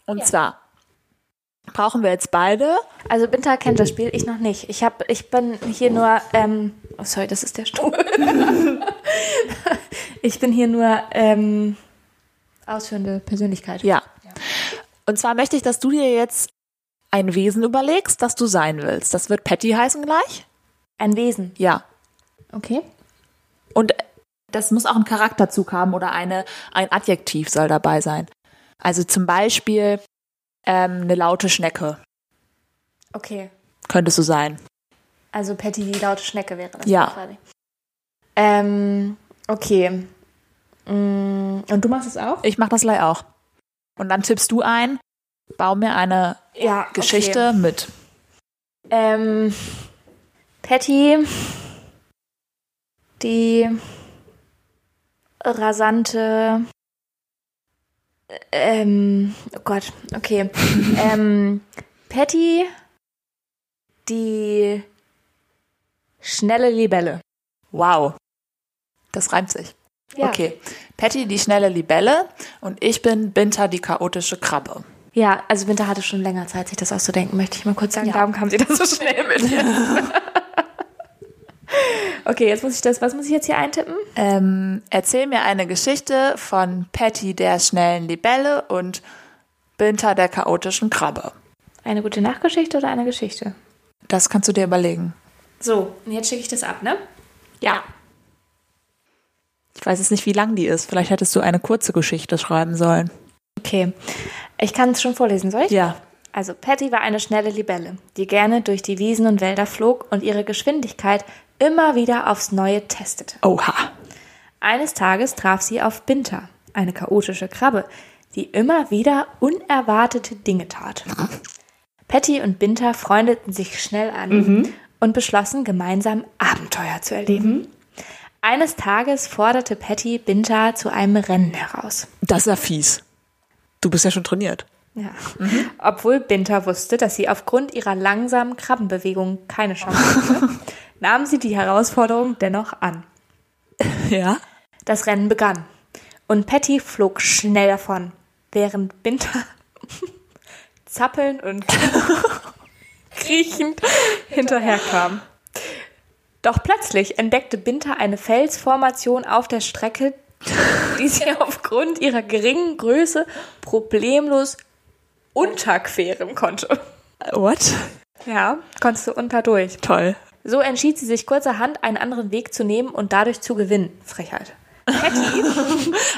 A: Und zwar brauchen wir jetzt beide.
B: Also Binta kennt das Spiel, ich noch nicht. Ich hab, ich bin hier nur, ähm, oh sorry, das ist der Stuhl. ich bin hier nur ähm, ausführende Persönlichkeit.
A: Ja. Und zwar möchte ich, dass du dir jetzt ein Wesen überlegst, das du sein willst. Das wird Patty heißen gleich.
B: Ein Wesen.
A: Ja.
B: Okay.
A: Und Das muss auch ein Charakterzug haben oder eine, ein Adjektiv soll dabei sein. Also zum Beispiel ähm, eine laute Schnecke
B: Okay.
A: könnte so sein.
B: Also Patty die laute Schnecke wäre das
A: Ja.
B: quasi. Ähm, okay. Mm, Und du machst es auch?
A: Ich mache das gleich auch. Und dann tippst du ein, bau mir eine
B: Ja.
A: Geschichte mit.
B: Okay. Ähm, Patty, die rasante. Ähm, oh Gott, okay. ähm, Patty, die schnelle Libelle.
A: Wow. Das reimt sich.
B: Ja.
A: Okay. Patty die schnelle Libelle und ich bin Binta die chaotische Krabbe.
B: Ja, also Winter hatte schon länger Zeit, sich das auszudenken, möchte ich mal kurz sagen.
A: Ja.
B: Darum kam sie das so schnell mit. okay, jetzt muss ich das, was muss ich jetzt hier eintippen?
A: Ähm, erzähl mir eine Geschichte von Patty der schnellen Libelle und Binta der chaotischen Krabbe.
B: Eine gute Nachtgeschichte oder eine Geschichte?
A: Das kannst du dir überlegen.
B: So, und jetzt schicke ich das ab, ne?
A: Ja. Ich weiß jetzt nicht, wie lang die ist. Vielleicht hättest du eine kurze Geschichte schreiben sollen.
B: Okay. Ich kann es schon vorlesen, soll ich?
A: Ja.
B: Also Patty war eine schnelle Libelle, die gerne durch die Wiesen und Wälder flog und ihre Geschwindigkeit immer wieder aufs Neue testete.
A: Oha.
B: Eines Tages traf sie auf Binta, eine chaotische Krabbe, die immer wieder unerwartete Dinge tat. Patty und Binta freundeten sich schnell an und beschlossen, gemeinsam Abenteuer zu erleben. Eines Tages forderte Patty Binta zu einem Rennen heraus.
A: Das ist ja fies. Du bist ja schon trainiert.
B: Ja. Obwohl Binta wusste, dass sie aufgrund ihrer langsamen Krabbenbewegung keine Chance hatte, nahm sie die Herausforderung dennoch an.
A: Ja?
B: Das Rennen begann und Patty flog schnell davon, während Binta zappeln und kriechend hinterherkam. Doch plötzlich entdeckte Binta eine Felsformation auf der Strecke, die sie aufgrund ihrer geringen Größe problemlos unterqueren konnte.
A: What?
B: Ja, konntest du unter durch.
A: Toll.
B: So entschied sie sich kurzerhand, einen anderen Weg zu nehmen und dadurch zu gewinnen. Frechheit. Patty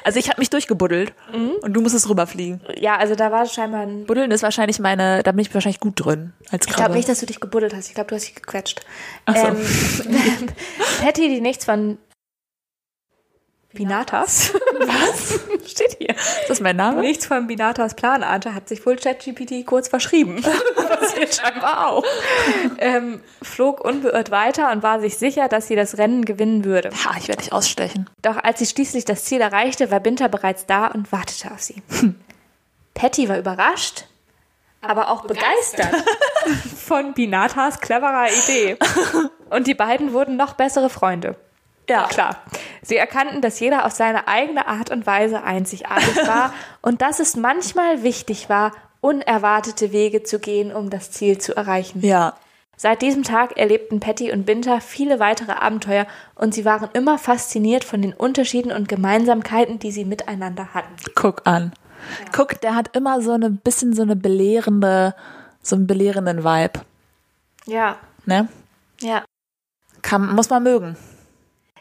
A: Also ich habe mich durchgebuddelt und du musstest rüberfliegen.
B: Ja, also da war scheinbar ein.
A: Mhm. Buddeln ist wahrscheinlich meine, da bin ich wahrscheinlich gut drin als
B: Ich glaube
A: Krabbe.
B: nicht, dass du dich gebuddelt hast. Ich glaube, du hast dich gequetscht.
A: so.
B: Ähm, Patty, die nichts von Binatas. Was? Steht hier.
A: ist das mein Name?
B: Nichts von Binatas Plan ahnte, hat sich wohl ChatGPT kurz verschrieben. Passiert scheinbar auch. Ähm, flog unbeirrt weiter und war sich sicher, dass sie das Rennen gewinnen würde.
A: Ha, ich werde dich ausstechen.
B: Doch als sie schließlich das Ziel erreichte, war Binta bereits da und wartete auf sie. Hm. Patty war überrascht, aber auch begeistert von Binatas cleverer Idee. Und die beiden wurden noch bessere Freunde.
A: Ja.
B: Klar. Sie erkannten, dass jeder auf seine eigene Art und Weise einzigartig war und dass es manchmal wichtig war, unerwartete Wege zu gehen, um das Ziel zu erreichen.
A: Ja.
B: Seit diesem Tag erlebten Patty und Binta viele weitere Abenteuer und sie waren immer fasziniert von den Unterschieden und Gemeinsamkeiten, die sie miteinander hatten.
A: Guck an. Guck, der hat immer so ein bisschen so eine belehrende, so einen belehrenden Vibe.
B: Ja,
A: Ne?
B: ja.
A: Kann, muss man mögen.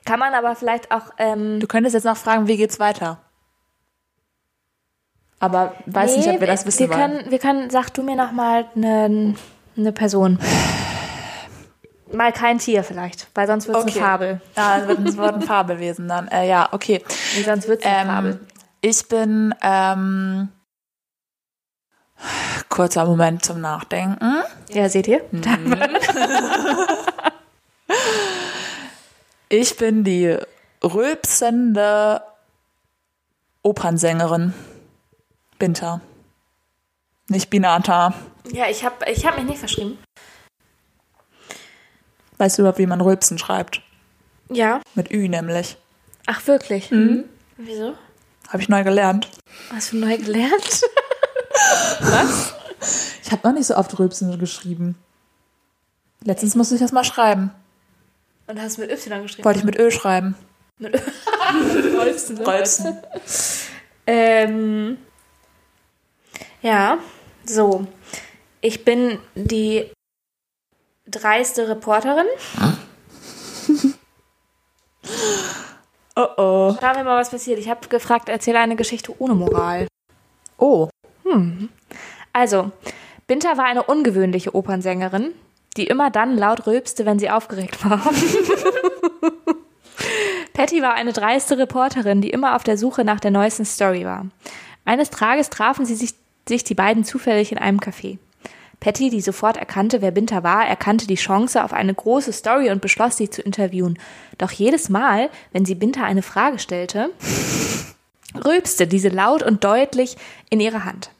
B: Kann man aber vielleicht auch. Ähm,
A: Du könntest jetzt noch fragen, wie geht's weiter? Aber weiß nicht, ob wir das wissen
B: wir
A: wollen.
B: können, wir können, sag du mir nochmal eine ne Person. Mal kein Tier vielleicht, weil sonst wird es
A: Okay.
B: eine Fabel.
A: Ja, es wird ein, es wird ein Fabelwesen dann. Äh, ja, okay.
B: Nee, sonst wird es eine Fabel.
A: Ähm, ich bin ähm, kurzer Moment zum Nachdenken.
B: Ja, seht ihr?
A: Ich bin die rülpsende Opernsängerin. Binta. Nicht Binata.
B: Ja, ich habe ich hab mich nicht verschrieben.
A: Weißt du überhaupt, wie man Rülpsen schreibt?
B: Ja.
A: Mit Ü nämlich.
B: Ach, wirklich? Wieso?
A: Habe ich neu gelernt.
B: Mhm. Hast du neu gelernt?
A: Ich habe noch nicht so oft Rülpsen geschrieben. Letztens musste ich das mal schreiben.
B: Und hast mit Y geschrieben?
A: Wollte ich mit Ö schreiben.
B: Rolfsen.
A: Rülpsen.
B: Ähm, ja, so. Ich bin die dreiste Reporterin.
A: Oh oh.
B: Schauen wir mal, was passiert. Ich habe gefragt, erzähle eine Geschichte ohne Moral.
A: Oh.
B: Also, Binta war eine ungewöhnliche Opernsängerin, die immer dann laut rülpste, wenn sie aufgeregt war. Patty war eine dreiste Reporterin, die immer auf der Suche nach der neuesten Story war. Eines Tages trafen sie sich, sich die beiden zufällig in einem Café. Patty, die sofort erkannte, wer Binta war, erkannte die Chance auf eine große Story und beschloss, sie zu interviewen. Doch jedes Mal, wenn sie Binta eine Frage stellte, rülpste diese laut und deutlich in ihre Hand.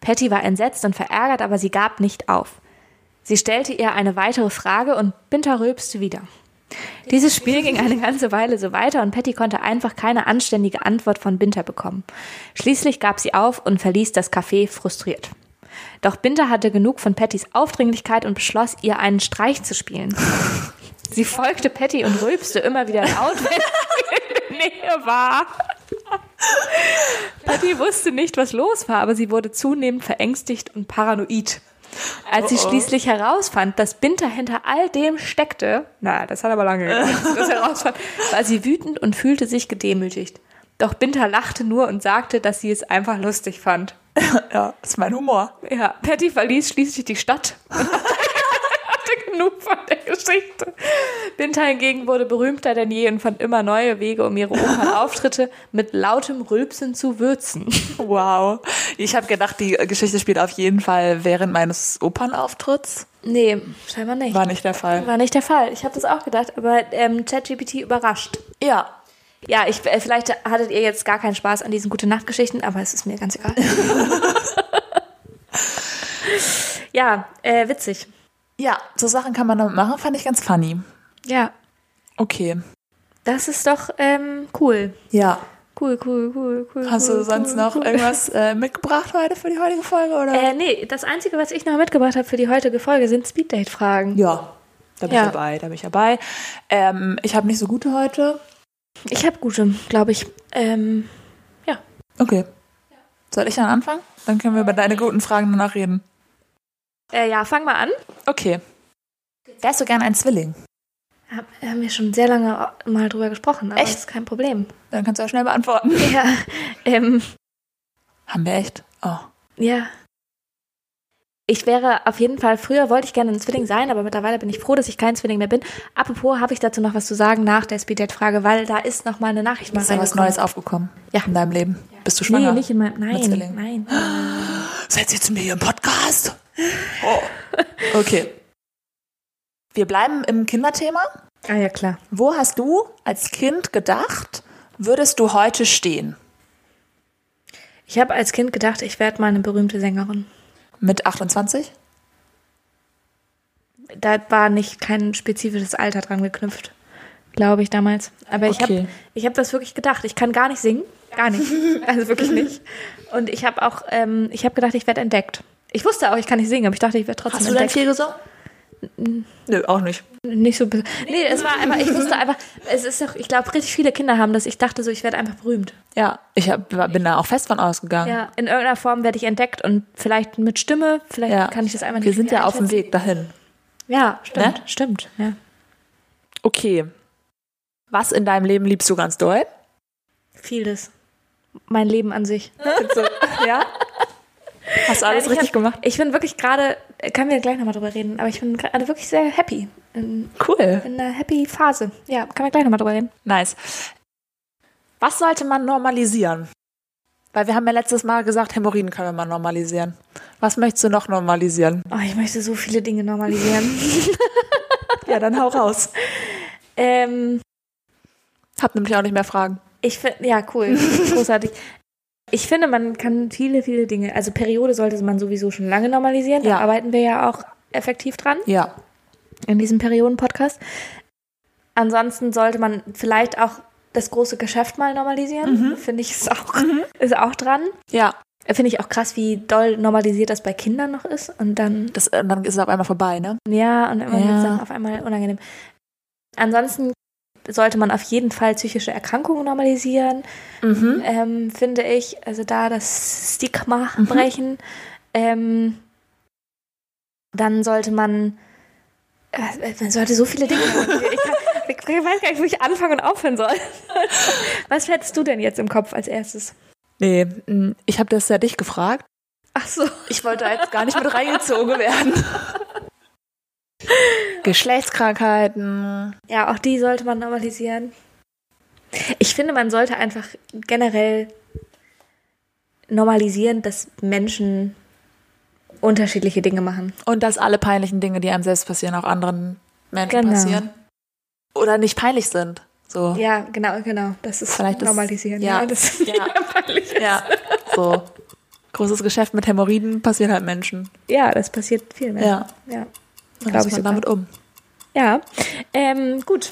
B: Patty war entsetzt und verärgert, aber sie gab nicht auf. Sie stellte ihr eine weitere Frage und Binta rülpste wieder. Dieses Spiel ging eine ganze Weile so weiter und Patty konnte einfach keine anständige Antwort von Binta bekommen. Schließlich gab sie auf und verließ das Café frustriert. Doch Binta hatte genug von Pattys Aufdringlichkeit und beschloss, ihr einen Streich zu spielen. Sie folgte Patty und rülpste immer wieder laut, wenn sie in der Nähe war. Patty wusste nicht, was los war, aber sie wurde zunehmend verängstigt und paranoid. Als sie schließlich herausfand, dass Binta hinter all dem steckte, na, das hat aber lange gedauert, bis sie das herausfand, war sie wütend und fühlte sich gedemütigt. Doch Binta lachte nur und sagte, dass sie es einfach lustig fand.
A: Ja, das ist mein Humor.
B: Ja, Patty verließ schließlich die Stadt. hatte genug von der Geschichte. Binta hingegen wurde berühmter denn je und fand immer neue Wege, um ihre Opernauftritte mit lautem Rülpsen zu würzen.
A: Wow. Ich habe gedacht, die Geschichte spielt auf jeden Fall während meines Opernauftritts.
B: Nee, scheinbar nicht.
A: War nicht der Fall.
B: War nicht der Fall. Ich habe das auch gedacht, aber ähm, ChatGPT überrascht.
A: Ja.
B: Ja, ich, äh, vielleicht hattet ihr jetzt gar keinen Spaß an diesen Gute-Nacht-Geschichten, aber es ist mir ganz egal. ja, äh, witzig.
A: Ja, so Sachen kann man damit machen, fand ich ganz funny.
B: Ja,
A: Okay.
B: das ist doch ähm, cool.
A: Ja.
B: Cool, cool, cool, cool.
A: Hast du
B: cool,
A: sonst
B: cool,
A: noch
B: cool.
A: irgendwas äh, mitgebracht heute für die heutige Folge, oder?
B: Äh, nee, das Einzige, was ich noch mitgebracht habe für die heutige Folge, sind Speeddate-Fragen.
A: ja. Da bin
B: Ja.
A: ich dabei, da bin ich dabei. Ähm, ich habe nicht so gute heute.
B: Ich habe gute, glaube ich. Ähm,
A: Okay. Soll ich dann anfangen? Dann können wir über deine guten Fragen danach reden.
B: äh, ja, fang mal an.
A: Okay. Wärst du gern ein Zwilling?
B: Hab, haben wir schon sehr lange mal drüber gesprochen, aber
A: Echt?
B: ist kein Problem.
A: Dann kannst du ja schnell beantworten.
B: Ja, ähm,
A: Haben wir echt? Oh.
B: ja. Ich wäre auf jeden Fall, früher wollte ich gerne ein Zwilling sein, aber mittlerweile bin ich froh, dass ich kein Zwilling mehr bin. Apropos, habe ich dazu noch was zu sagen nach der Speeddate-Frage, weil da ist noch mal eine Nachricht mal
A: Ist da was
B: reingekommen.
A: Neues aufgekommen
B: Ja.
A: in deinem Leben? Bist du
B: Nee,
A: schwanger?
B: nicht in meinem, nein,
A: Mit Zwilling.
B: nein.
A: Seid ihr zu mir hier im Podcast? Oh. Okay. Wir bleiben im Kinderthema.
B: Ah ja, klar.
A: Wo hast du als Kind gedacht, würdest du heute stehen?
B: Ich habe als Kind gedacht, ich werde mal eine berühmte Sängerin.
A: Mit 28?
B: Da war nicht kein spezifisches Alter dran geknüpft, glaube ich damals. Aber ich
A: Okay.
B: habe ich hab das wirklich gedacht. Ich kann gar nicht singen, gar nicht, also wirklich nicht. Und ich habe auch, ähm, ich habe gedacht, ich werde entdeckt. Ich wusste auch, ich kann nicht singen, aber ich dachte, ich werde trotzdem entdeckt.
A: gesungen? Nö, auch nicht.
B: Nicht so. be- Nee, es war einfach, ich wusste einfach, es ist doch, ich glaube, richtig viele Kinder haben das. Ich dachte so, ich werde einfach berühmt.
A: Ja, ich hab, bin da auch fest von ausgegangen.
B: Ja, in irgendeiner Form werde ich entdeckt und vielleicht mit Stimme, vielleicht
A: Ja.
B: kann ich das einfach nicht.
A: Wir sind ja auf dem
B: einschätzen.
A: Weg dahin.
B: Ja, stimmt,
A: Ne?
B: stimmt. Ja.
A: Okay. Was in deinem Leben liebst du ganz doll?
B: Vieles. Mein Leben an sich.
A: ja? Hast du alles
B: Nein, ich
A: richtig
B: hab-
A: gemacht?
B: Ich bin wirklich gerade, äh, können wir gleich nochmal drüber reden, aber ich bin gerade wirklich sehr happy. In,
A: Cool.
B: in einer happy Phase. Ja, können wir gleich nochmal drüber reden.
A: Nice. Was sollte man normalisieren? Weil wir haben ja letztes Mal gesagt, Hämorrhoiden können wir mal normalisieren. Was möchtest du noch normalisieren?
B: Oh, ich möchte so viele Dinge normalisieren.
A: Ja, dann hau raus.
B: ähm,
A: Hab nämlich auch nicht mehr Fragen.
B: ich finde, ja, cool. Großartig. Ich finde, man kann viele, viele Dinge, also Periode sollte man sowieso schon lange normalisieren.
A: Ja.
B: Da arbeiten wir ja auch effektiv dran.
A: Ja.
B: in diesem Perioden-Podcast. Ansonsten sollte man vielleicht auch das große Geschäft mal normalisieren. Finde ich, ist auch, ist auch dran.
A: Ja.
B: Äh, Finde ich auch krass, wie doll normalisiert das bei Kindern noch ist. Und dann,
A: Das, äh, dann ist es auf einmal vorbei, ne?
B: ja, und immer
A: Ja.
B: wird es dann auf einmal unangenehm. Ansonsten sollte man auf jeden Fall psychische Erkrankungen normalisieren,
A: Mhm.
B: ähm, finde ich. Also da das Stigma brechen. Ähm, dann sollte man, äh, man sollte so viele Dinge. Ich kann, Ich weiß gar nicht, wo ich anfangen und aufhören soll. Was hättest du denn jetzt im Kopf als erstes?
A: Nee, mm, ich habe das ja dich gefragt.
B: Ach so.
A: Ich wollte da jetzt gar nicht mit reingezogen werden. Geschlechtskrankheiten.
B: Ja, auch die sollte man normalisieren. Ich finde, man sollte einfach generell normalisieren, dass Menschen unterschiedliche Dinge machen.
A: Und dass alle peinlichen Dinge, die einem selbst passieren, auch anderen Menschen
B: Genau.
A: passieren. Oder nicht peinlich sind. So.
B: Ja, genau, genau. Das ist
A: Oh. Vielleicht ist-
B: normalisieren.
A: ja.
B: das
A: Ja.
B: peinlich.
A: Ja. So. Großes Geschäft mit Hämorrhoiden passiert halt Menschen.
B: ja, das passiert vielen Menschen.
A: Ja.
B: Ja.
A: Dann
B: Glaub
A: muss
B: ich
A: man
B: sogar.
A: damit um.
B: Ja, ähm, gut.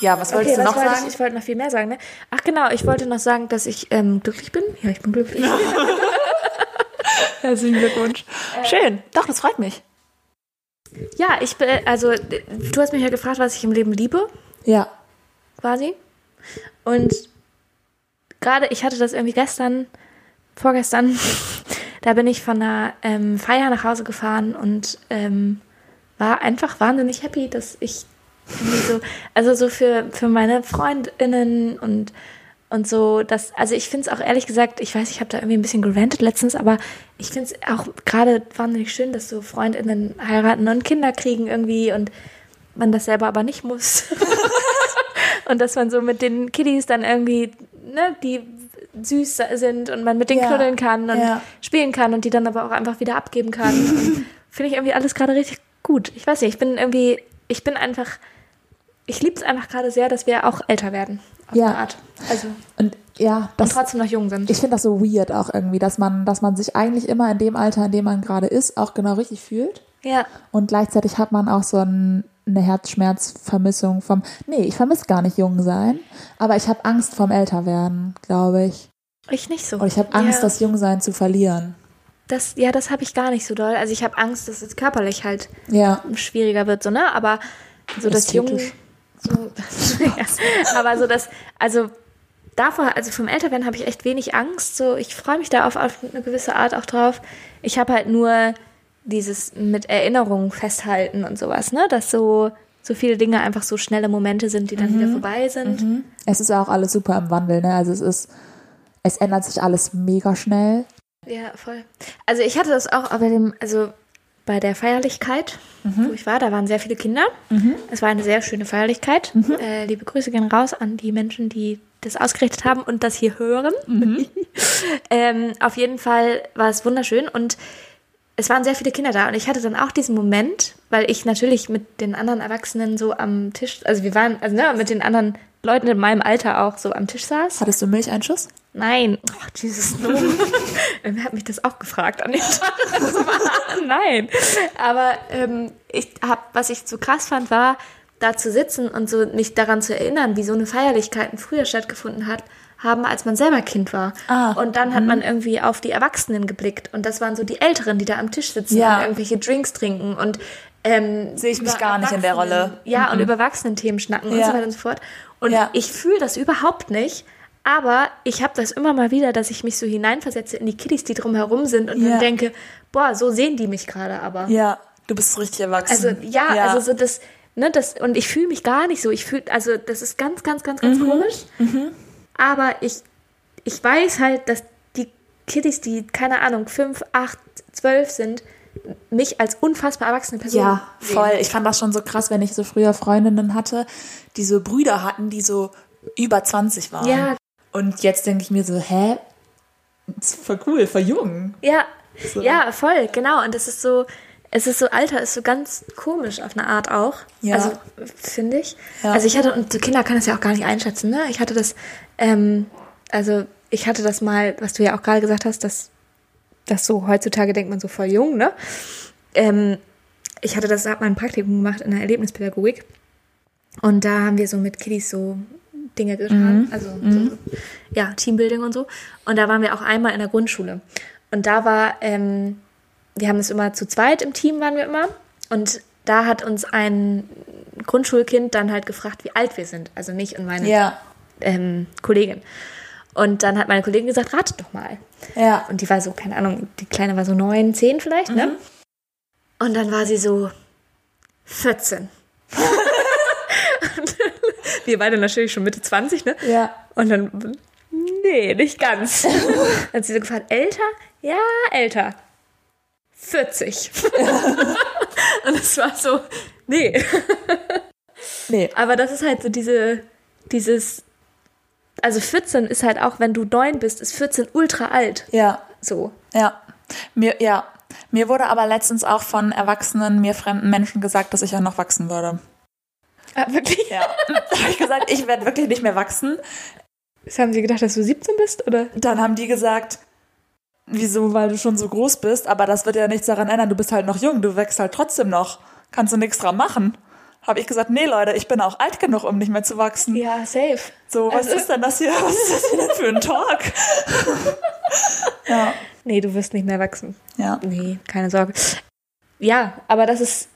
A: Ja, was wolltest
B: was
A: du noch
B: wollte
A: sagen?
B: Ich, ich wollte noch viel mehr sagen, ne? Ach genau, ich wollte noch sagen, dass ich ähm, glücklich bin. Ja, ich bin glücklich.
A: Herzlichen Glückwunsch. Schön. Doch, das freut mich.
B: Ja, ich bin, also d- du hast mich ja gefragt, was ich im Leben liebe,
A: Ja.
B: quasi. Und gerade, ich hatte das irgendwie gestern, vorgestern, da bin ich von einer ähm, Feier nach Hause gefahren und ähm, war einfach wahnsinnig happy, dass ich irgendwie so, also so für, für meine FreundInnen und, und so, dass, also ich finde es auch ehrlich gesagt, ich weiß, ich habe da irgendwie ein bisschen gerantet letztens, aber ich finde es auch gerade wahnsinnig schön, dass so FreundInnen heiraten und Kinder kriegen irgendwie und man das selber aber nicht muss. und dass man so mit den Kiddies dann irgendwie, ne, die süß sind und man mit denen
A: Ja.
B: knuddeln kann und
A: Ja.
B: spielen kann und die dann aber auch einfach wieder abgeben kann. Und Finde ich irgendwie alles gerade richtig gut. Ich weiß nicht, ich bin irgendwie, ich bin einfach, ich liebe es einfach gerade sehr, dass wir auch älter werden. Auf
A: Ja.
B: eine Art. Also,
A: Und ja,
B: und
A: das,
B: trotzdem noch jung sind.
A: ich finde das so weird auch irgendwie, dass man, dass man sich eigentlich immer in dem Alter, in dem man gerade ist, auch genau richtig fühlt.
B: ja.
A: Und gleichzeitig hat man auch so ein, eine Herzschmerzvermissung vom, nee, ich vermisse gar nicht jung sein, aber ich habe Angst vom Älterwerden, glaube ich.
B: Ich nicht so.
A: Und Oh, ich habe Angst,
B: ja,
A: das Jungsein zu verlieren.
B: das. Ja, das habe ich gar nicht so doll. Also ich habe Angst, dass es körperlich halt
A: Ja.
B: schwieriger wird, so, ne? Aber so das Jung.
A: Ästhetisch.
B: So, ja. Aber so das, also davor, also vom Älterwerden habe ich echt wenig Angst. So, ich freue mich da auf, auf eine gewisse Art auch drauf. Ich habe halt nur dieses mit Erinnerungen festhalten und sowas, ne? Dass so, so viele Dinge einfach so schnelle Momente sind, die dann wieder vorbei sind.
A: Es ist ja auch alles super im Wandel, ne? Also es ist, es ändert sich alles mega schnell.
B: Ja, voll. Also ich hatte das auch bei dem, also bei der Feierlichkeit, wo ich war, da waren sehr viele Kinder. Es war eine sehr schöne Feierlichkeit. Äh, liebe Grüße gehen raus an die Menschen, die das ausgerichtet haben und das hier hören. ähm, auf jeden Fall war es wunderschön und es waren sehr viele Kinder da und ich hatte dann auch diesen Moment, weil ich natürlich mit den anderen Erwachsenen so am Tisch, also wir waren, also ne, mit den anderen Leuten in meinem Alter auch so am Tisch saß.
A: Hattest du Milcheinschuss?
B: Nein. Ach, Jesus, no. Wer hat mich das auch gefragt an dem Tag? Das war- Nein. Aber ähm, ich hab, was ich so krass fand, war, da zu sitzen und so mich daran zu erinnern, wie so eine Feierlichkeiten früher stattgefunden hat, haben, als man selber Kind war.
A: Ah.
B: Und dann hat man irgendwie auf die Erwachsenen geblickt. Und das waren so die Älteren, die da am Tisch sitzen
A: Ja.
B: und irgendwelche Drinks trinken und ähm,
A: Sehe ich mich
B: über
A: gar nicht in der
B: Erwachsenen-
A: Rolle. Mhm.
B: Ja, und über Erwachsenen-Themen schnacken und
A: Ja.
B: so weiter und so fort. Und
A: Ja.
B: ich fühle das überhaupt nicht, aber ich habe das immer mal wieder, dass ich mich so hineinversetze in die Kiddies, die drumherum sind und
A: Ja.
B: dann denke, boah, so sehen die mich gerade aber.
A: Ja. Du bist richtig erwachsen.
B: Also ja, also so das, ne, das und ich fühle mich gar nicht so. Ich fühle, also das ist ganz, ganz, ganz, ganz
A: Mhm.
B: komisch. Aber ich, ich weiß halt, dass die Kiddies, die keine Ahnung fünf, acht, zwölf sind, mich als unfassbar erwachsene Person
A: Ja,
B: sehen.
A: voll. Ich fand das schon so krass, wenn ich so früher Freundinnen hatte, die so Brüder hatten, die so über 20 waren.
B: Ja.
A: Und jetzt denke ich mir so, hä? Das ist voll cool, voll jung.
B: Ja,
A: So.
B: ja, voll, genau. Und das ist so, es ist so, Alter ist so ganz komisch auf eine Art auch.
A: Ja.
B: Also, finde ich.
A: Ja.
B: Also ich hatte, und so Kinder können das ja auch gar nicht einschätzen, ne? Ich hatte das, ähm, also ich hatte das mal, was du ja auch gerade gesagt hast, dass das so, heutzutage denkt man so voll jung, ne? Ähm, ich hatte das, habe mal ein Praktikum gemacht in der Erlebnispädagogik. Und da haben wir so mit Kiddies so Dinge getan, also So, ja, Teambuilding und so. Und da waren wir auch einmal in der Grundschule. Und da war, ähm, wir haben es immer zu zweit im Team waren wir immer. Und da hat uns ein Grundschulkind dann halt gefragt, wie alt wir sind. Also mich und meine
A: Ja,
B: ähm, Kollegin. Und dann hat meine Kollegin gesagt, ratet doch mal.
A: ja.
B: Und die war so, keine Ahnung, die Kleine war so neun, zehn vielleicht, ne? Und dann war sie so 14. Und wir beide natürlich schon Mitte 20, ne?
A: Ja.
B: Und dann, nee, nicht ganz. dann hat sie so gefragt, älter? Ja, älter. 40. Und es war so, nee.
A: Nee.
B: Aber das ist halt so diese, dieses, also 14 ist halt auch, wenn du 9 bist, ist 14 ultra alt.
A: Ja,
B: So.
A: ja. Mir, ja. Mir wurde aber letztens auch von erwachsenen, mir fremden Menschen gesagt, dass ich auch noch wachsen würde.
B: Ah, wirklich?
A: Ja. habe ich gesagt, ich werde wirklich nicht mehr wachsen.
B: Das haben sie gedacht, dass du 17 bist, oder?
A: Dann haben die gesagt, wieso, weil du schon so groß bist, aber das wird ja nichts daran ändern, du bist halt noch jung, du wächst halt trotzdem noch. Kannst du nichts dran machen. Habe ich gesagt, nee, Leute, ich bin auch alt genug, um nicht mehr zu wachsen.
B: Ja, safe.
A: So, was
B: Also-
A: ist denn das hier? Was ist das hier denn für ein Talk? ja,
B: Nee, du wirst nicht mehr wachsen.
A: ja,
B: Nee, keine Sorge. Ja, aber das ist.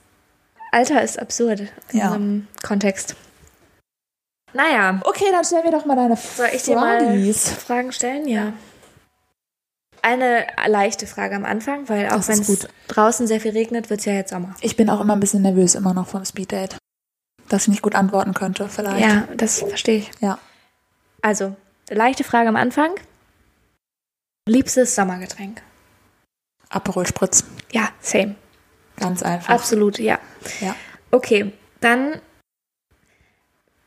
B: Alter ist absurd in
A: Ja.
B: diesem Kontext. Naja,
A: Okay, dann stell mir doch mal deine
B: soll ich dir mal
A: Fragis.
B: Fragen stellen? Ja. Eine leichte Frage am Anfang, weil auch
A: Das
B: wenn
A: ist
B: es
A: gut.
B: draußen sehr viel regnet, wird es ja jetzt Sommer.
A: Ich bin auch immer ein bisschen nervös, immer noch vom Speeddate. Dass ich nicht gut antworten könnte, vielleicht.
B: Ja, das verstehe ich.
A: Ja.
B: Also, leichte Frage am Anfang. Liebstes Sommergetränk?
A: Aperol Spritz.
B: Ja, same.
A: Ganz einfach.
B: Absolut, ja.
A: Ja.
B: Okay, dann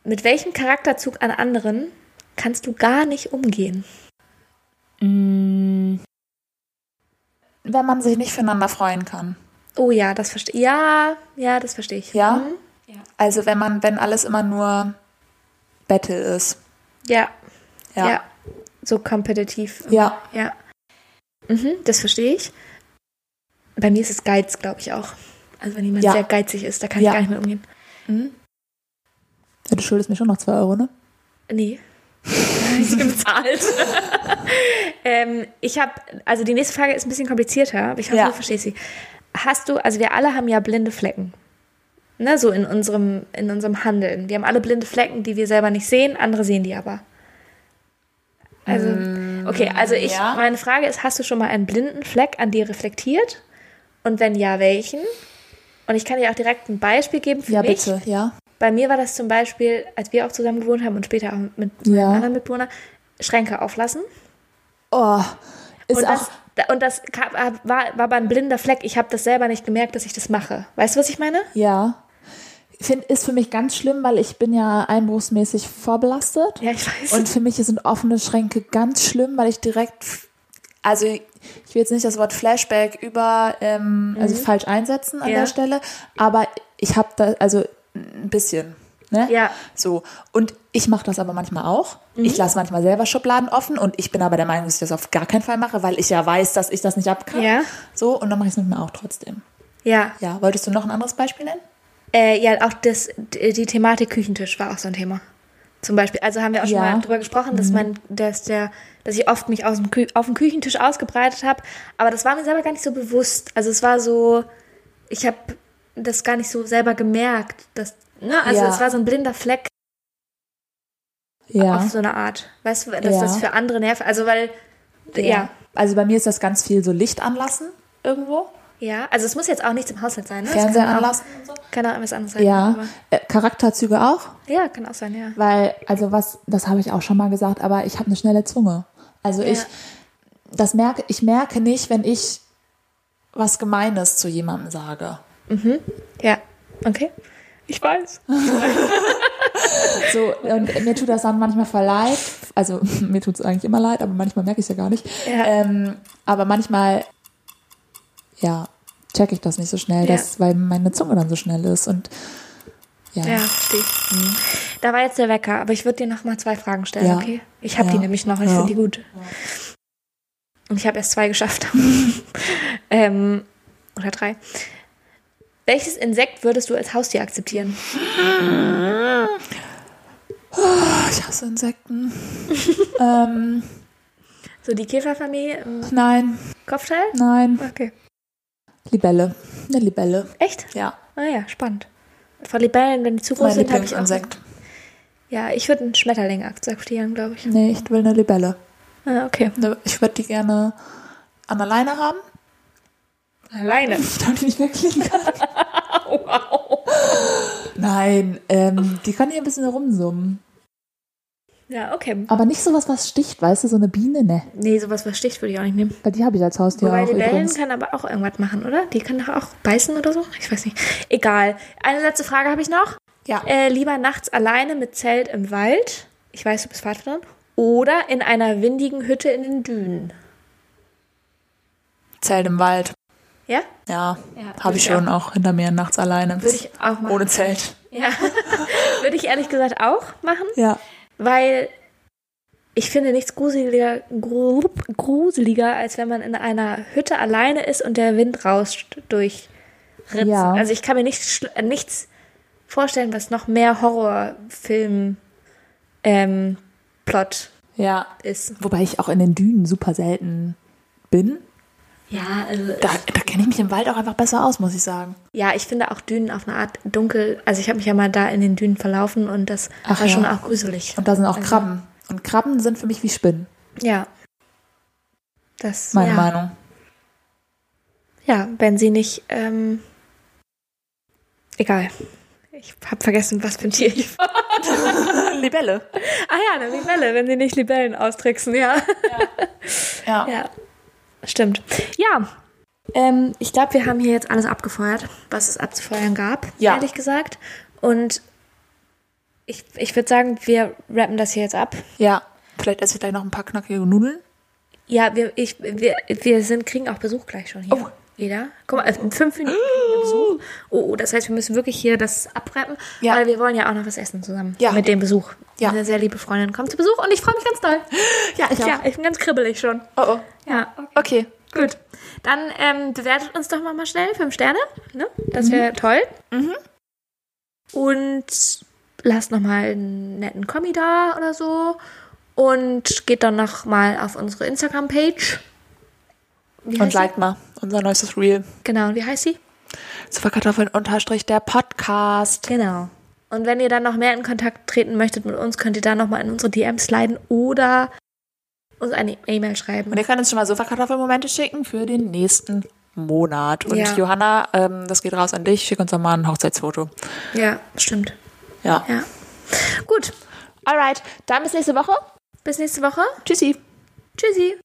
B: mit welchem Charakterzug an anderen kannst du gar nicht umgehen?
A: Mm. Wenn man sich nicht füreinander freuen kann.
B: Oh ja, das verstehe Ja, ja, das verstehe ich.
A: Ja?
B: Mhm.
A: Also wenn man, wenn alles immer nur Battle ist.
B: Ja, ja.
A: Ja. Ja.
B: So kompetitiv.
A: ja.
B: Ja. Mhm, das verstehe ich. Bei mir ist es Geiz, glaube ich auch. Also wenn jemand
A: Ja.
B: sehr geizig ist, da kann
A: Ja.
B: ich gar nicht mit umgehen.
A: du schuldest mir schon noch zwei Euro, ne?
B: Nee. ich bin bezahlt. ähm, ich habe, also die nächste Frage ist ein bisschen komplizierter, aber ich hoffe,
A: Ja.
B: du verstehst sie. Hast du, also wir alle haben ja blinde Flecken. Ne, so in unserem, in unserem Handeln. Wir haben alle blinde Flecken, die wir selber nicht sehen, andere sehen die aber. Also, okay, also ich,
A: Mm, ja.
B: meine Frage ist, hast du schon mal einen blinden Fleck an dir reflektiert? Und wenn ja, welchen? Und ich kann dir auch direkt ein Beispiel geben für
A: Ja,
B: mich.
A: bitte, ja.
B: Bei mir war das zum Beispiel, als wir auch zusammen gewohnt haben und später auch mit meinem
A: Ja.
B: anderen Mitbewohner, Schränke auflassen.
A: Oh, ist
B: Und das,
A: auch.
B: da- und das kam- war, war aber ein blinder Fleck. Ich habe das selber nicht gemerkt, dass ich das mache. Weißt du, was ich meine?
A: Ja. Find, ist für mich ganz schlimm, weil ich bin ja einbruchsmäßig vorbelastet.
B: Ja, ich weiß.
A: Und für mich sind offene Schränke ganz schlimm, weil ich direkt, also ich will jetzt nicht das Wort Flashback über, ähm, also falsch einsetzen an
B: Mhm. Ja.
A: der Stelle, aber ich habe da, also ein bisschen. Ne?
B: Ja. Mhm.
A: So. Und ich mache das aber manchmal auch. Ich lasse manchmal selber Schubladen offen und ich bin aber der Meinung, dass ich das auf gar keinen Fall mache, weil ich ja weiß, dass ich das nicht abkann.
B: Ja.
A: So, und dann mache ich es mit mir auch trotzdem.
B: ja.
A: Ja, wolltest du noch ein anderes Beispiel nennen?
B: Äh, ja, auch das, die die Thematik Küchentisch war auch so ein Thema. Zum Beispiel, also haben wir auch schon
A: Ja. Mhm.
B: mal drüber gesprochen, dass man, dass der, dass ich oft mich aus dem Kü auf dem Küchentisch ausgebreitet habe, aber das war mir selber gar nicht so bewusst. Also es war so, ich habe das gar nicht so selber gemerkt, dass, ne, also
A: Ja.
B: es war so ein blinder Fleck
A: Ja.
B: auf so eine Art. Weißt du, dass
A: Ja.
B: das für andere nervt, also weil, ja.
A: Also bei mir ist das ganz viel so Licht anlassen irgendwo,
B: Ja, also es muss jetzt auch nichts im Haushalt sein. Ne? Es
A: Fernseher
B: kann auch-
A: anlassen und so.
B: Kann auch was anderes sein.
A: Ja,
B: aber-
A: äh, Charakterzüge auch,
B: Ja, kann auch sein, ja.
A: weil, also was, das habe ich auch schon mal gesagt, aber ich habe eine schnelle Zunge. Also ich, das merke, ich merke nicht, wenn ich was Gemeines zu jemandem sage.
B: Ja, okay. Ich weiß.
A: So, und mir tut das dann manchmal voll leid. Also mir tut es eigentlich immer leid, aber manchmal merke ich es ja gar nicht.
B: Ja.
A: Ähm, aber manchmal, ja, checke ich das nicht so schnell,
B: Ja.
A: dass, weil meine Zunge dann so schnell ist. Und ja, Mhm.
B: Ja, verstehe ich. Da war jetzt der Wecker, aber ich würde dir noch mal zwei Fragen stellen,
A: Ja.
B: okay? Ich habe
A: Ja.
B: die nämlich noch, ich
A: Ja.
B: finde die gut. Und ich habe erst zwei geschafft. ähm, oder drei. Welches Insekt würdest du als Haustier akzeptieren?
A: Ah, ich hasse Insekten. ähm,
B: So die Käferfamilie im
A: nein,
B: Kopfteil?
A: nein.
B: Okay.
A: Libelle. Eine Libelle.
B: Echt?
A: Ja,
B: Ah ja, spannend. Von Libellen, wenn die zu groß
A: mein
B: sind, habe ich auch.
A: Lieblingsinsekt.
B: Ja, ich würde einen Schmetterling akzeptieren, glaube ich.
A: Nee, ich will eine Libelle.
B: Ah, okay.
A: Ne, Ich würde die gerne an der Leine haben,
B: Alleine.
A: damit die nicht wegfliegen kann.
B: Wow.
A: Nein, ähm, die kann hier ein bisschen rumsummen.
B: Ja, okay.
A: Aber nicht sowas, was sticht, weißt du, so eine Biene, ne?
B: Nee, sowas was sticht würde ich auch nicht nehmen.
A: Weil die habe ich als Haustier
B: Wobei
A: auch
B: die Bellen
A: übrigens.
B: kann aber auch irgendwas machen, oder? Die kann doch auch beißen oder so? Ich weiß nicht. Egal. Eine letzte Frage habe ich noch.
A: Ja.
B: Äh, lieber nachts alleine mit Zelt im Wald. Ich weiß, du bist Pfadfinderin. Oder in einer windigen Hütte in den Dünen.
A: Zelt im Wald.
B: Ja?
A: Ja,
B: Ja,
A: habe ich
B: würde ich
A: schon auch hinter mir nachts alleine.
B: Würde ich auch machen.
A: Ohne Zelt.
B: Ja. würde ich ehrlich gesagt auch machen.
A: Ja.
B: Weil ich finde nichts gruseliger, gru- gruseliger, als wenn man in einer Hütte alleine ist und der Wind rauscht durch Ritzen.
A: Ja.
B: Also ich kann mir nichts, schl- äh, nichts vorstellen, was noch mehr Horrorfilm-Plot
A: Ja.
B: ist.
A: Wobei ich auch in den Dünen super selten bin.
B: Ja, also
A: Da, da kenne ich mich im Wald auch einfach besser aus, muss ich sagen.
B: ja, ich finde auch Dünen auf eine Art dunkel. Also ich habe mich ja mal da in den Dünen verlaufen und das
A: Ach
B: war schon
A: ja.
B: auch gruselig.
A: Und da sind auch
B: Also-
A: Krabben. Und Krabben sind für mich wie Spinnen,
B: Ja. Das
A: meine
B: ja.
A: Meinung.
B: Ja, wenn sie nicht. Ähm, egal. Ich hab vergessen, was für ein Tier ich war.
A: Libelle.
B: Ah ja, eine Libelle, wenn sie nicht Libellen austricksen, ja.
A: Ja.
B: Ja, stimmt. Ja, ähm, ich glaube, wir haben hier jetzt alles abgefeuert, was es abzufeuern gab,
A: Ja.
B: ehrlich gesagt. Und ich, ich würde sagen, wir rappen das hier jetzt ab.
A: Ja. Vielleicht esse ich gleich noch ein paar knackige Nudeln.
B: Ja, wir, ich, wir, wir sind, kriegen auch Besuch gleich schon hier.
A: Oh.
B: Jeder. Guck mal, also in fünf Minuten kriegen wir Besuch. Oh, oh, das heißt, wir müssen wirklich hier das abreppen,
A: Ja.
B: weil wir wollen ja auch noch was essen zusammen
A: Ja.
B: mit dem Besuch.
A: Ja.
B: Eine sehr liebe Freundin kommt zu Besuch und ich freue mich ganz doll.
A: Ja, ich
B: Ja, ich bin ganz kribbelig schon.
A: Oh, oh.
B: Ja,
A: Okay.
B: gut. Dann ähm, bewertet uns doch mal, mal schnell. Fünf Sterne. Ne? Das wäre toll. Und lasst nochmal einen netten Kommi da oder so. Und geht dann nochmal auf unsere Instagram-Page. Wie
A: Und
B: heißt
A: liked mal unser neuestes Reel.
B: sie? Genau, und wie heißt sie?
A: Zuckerkartoffeln unterstrich der Podcast.
B: Genau. Und wenn ihr dann noch mehr in Kontakt treten möchtet mit uns, könnt ihr da nochmal in unsere DMs sliden oder uns eine E-Mail schreiben.
A: Und ihr könnt uns schon mal Sofakartoffelmomente schicken für den nächsten Monat. Und
B: Ja.
A: Johanna, ähm, das geht raus an dich. Schick uns doch mal ein Hochzeitsfoto.
B: Ja, stimmt.
A: Ja.
B: Ja. Gut,
A: Alright, dann bis nächste Woche.
B: bis nächste Woche.
A: Tschüssi.
B: Tschüssi.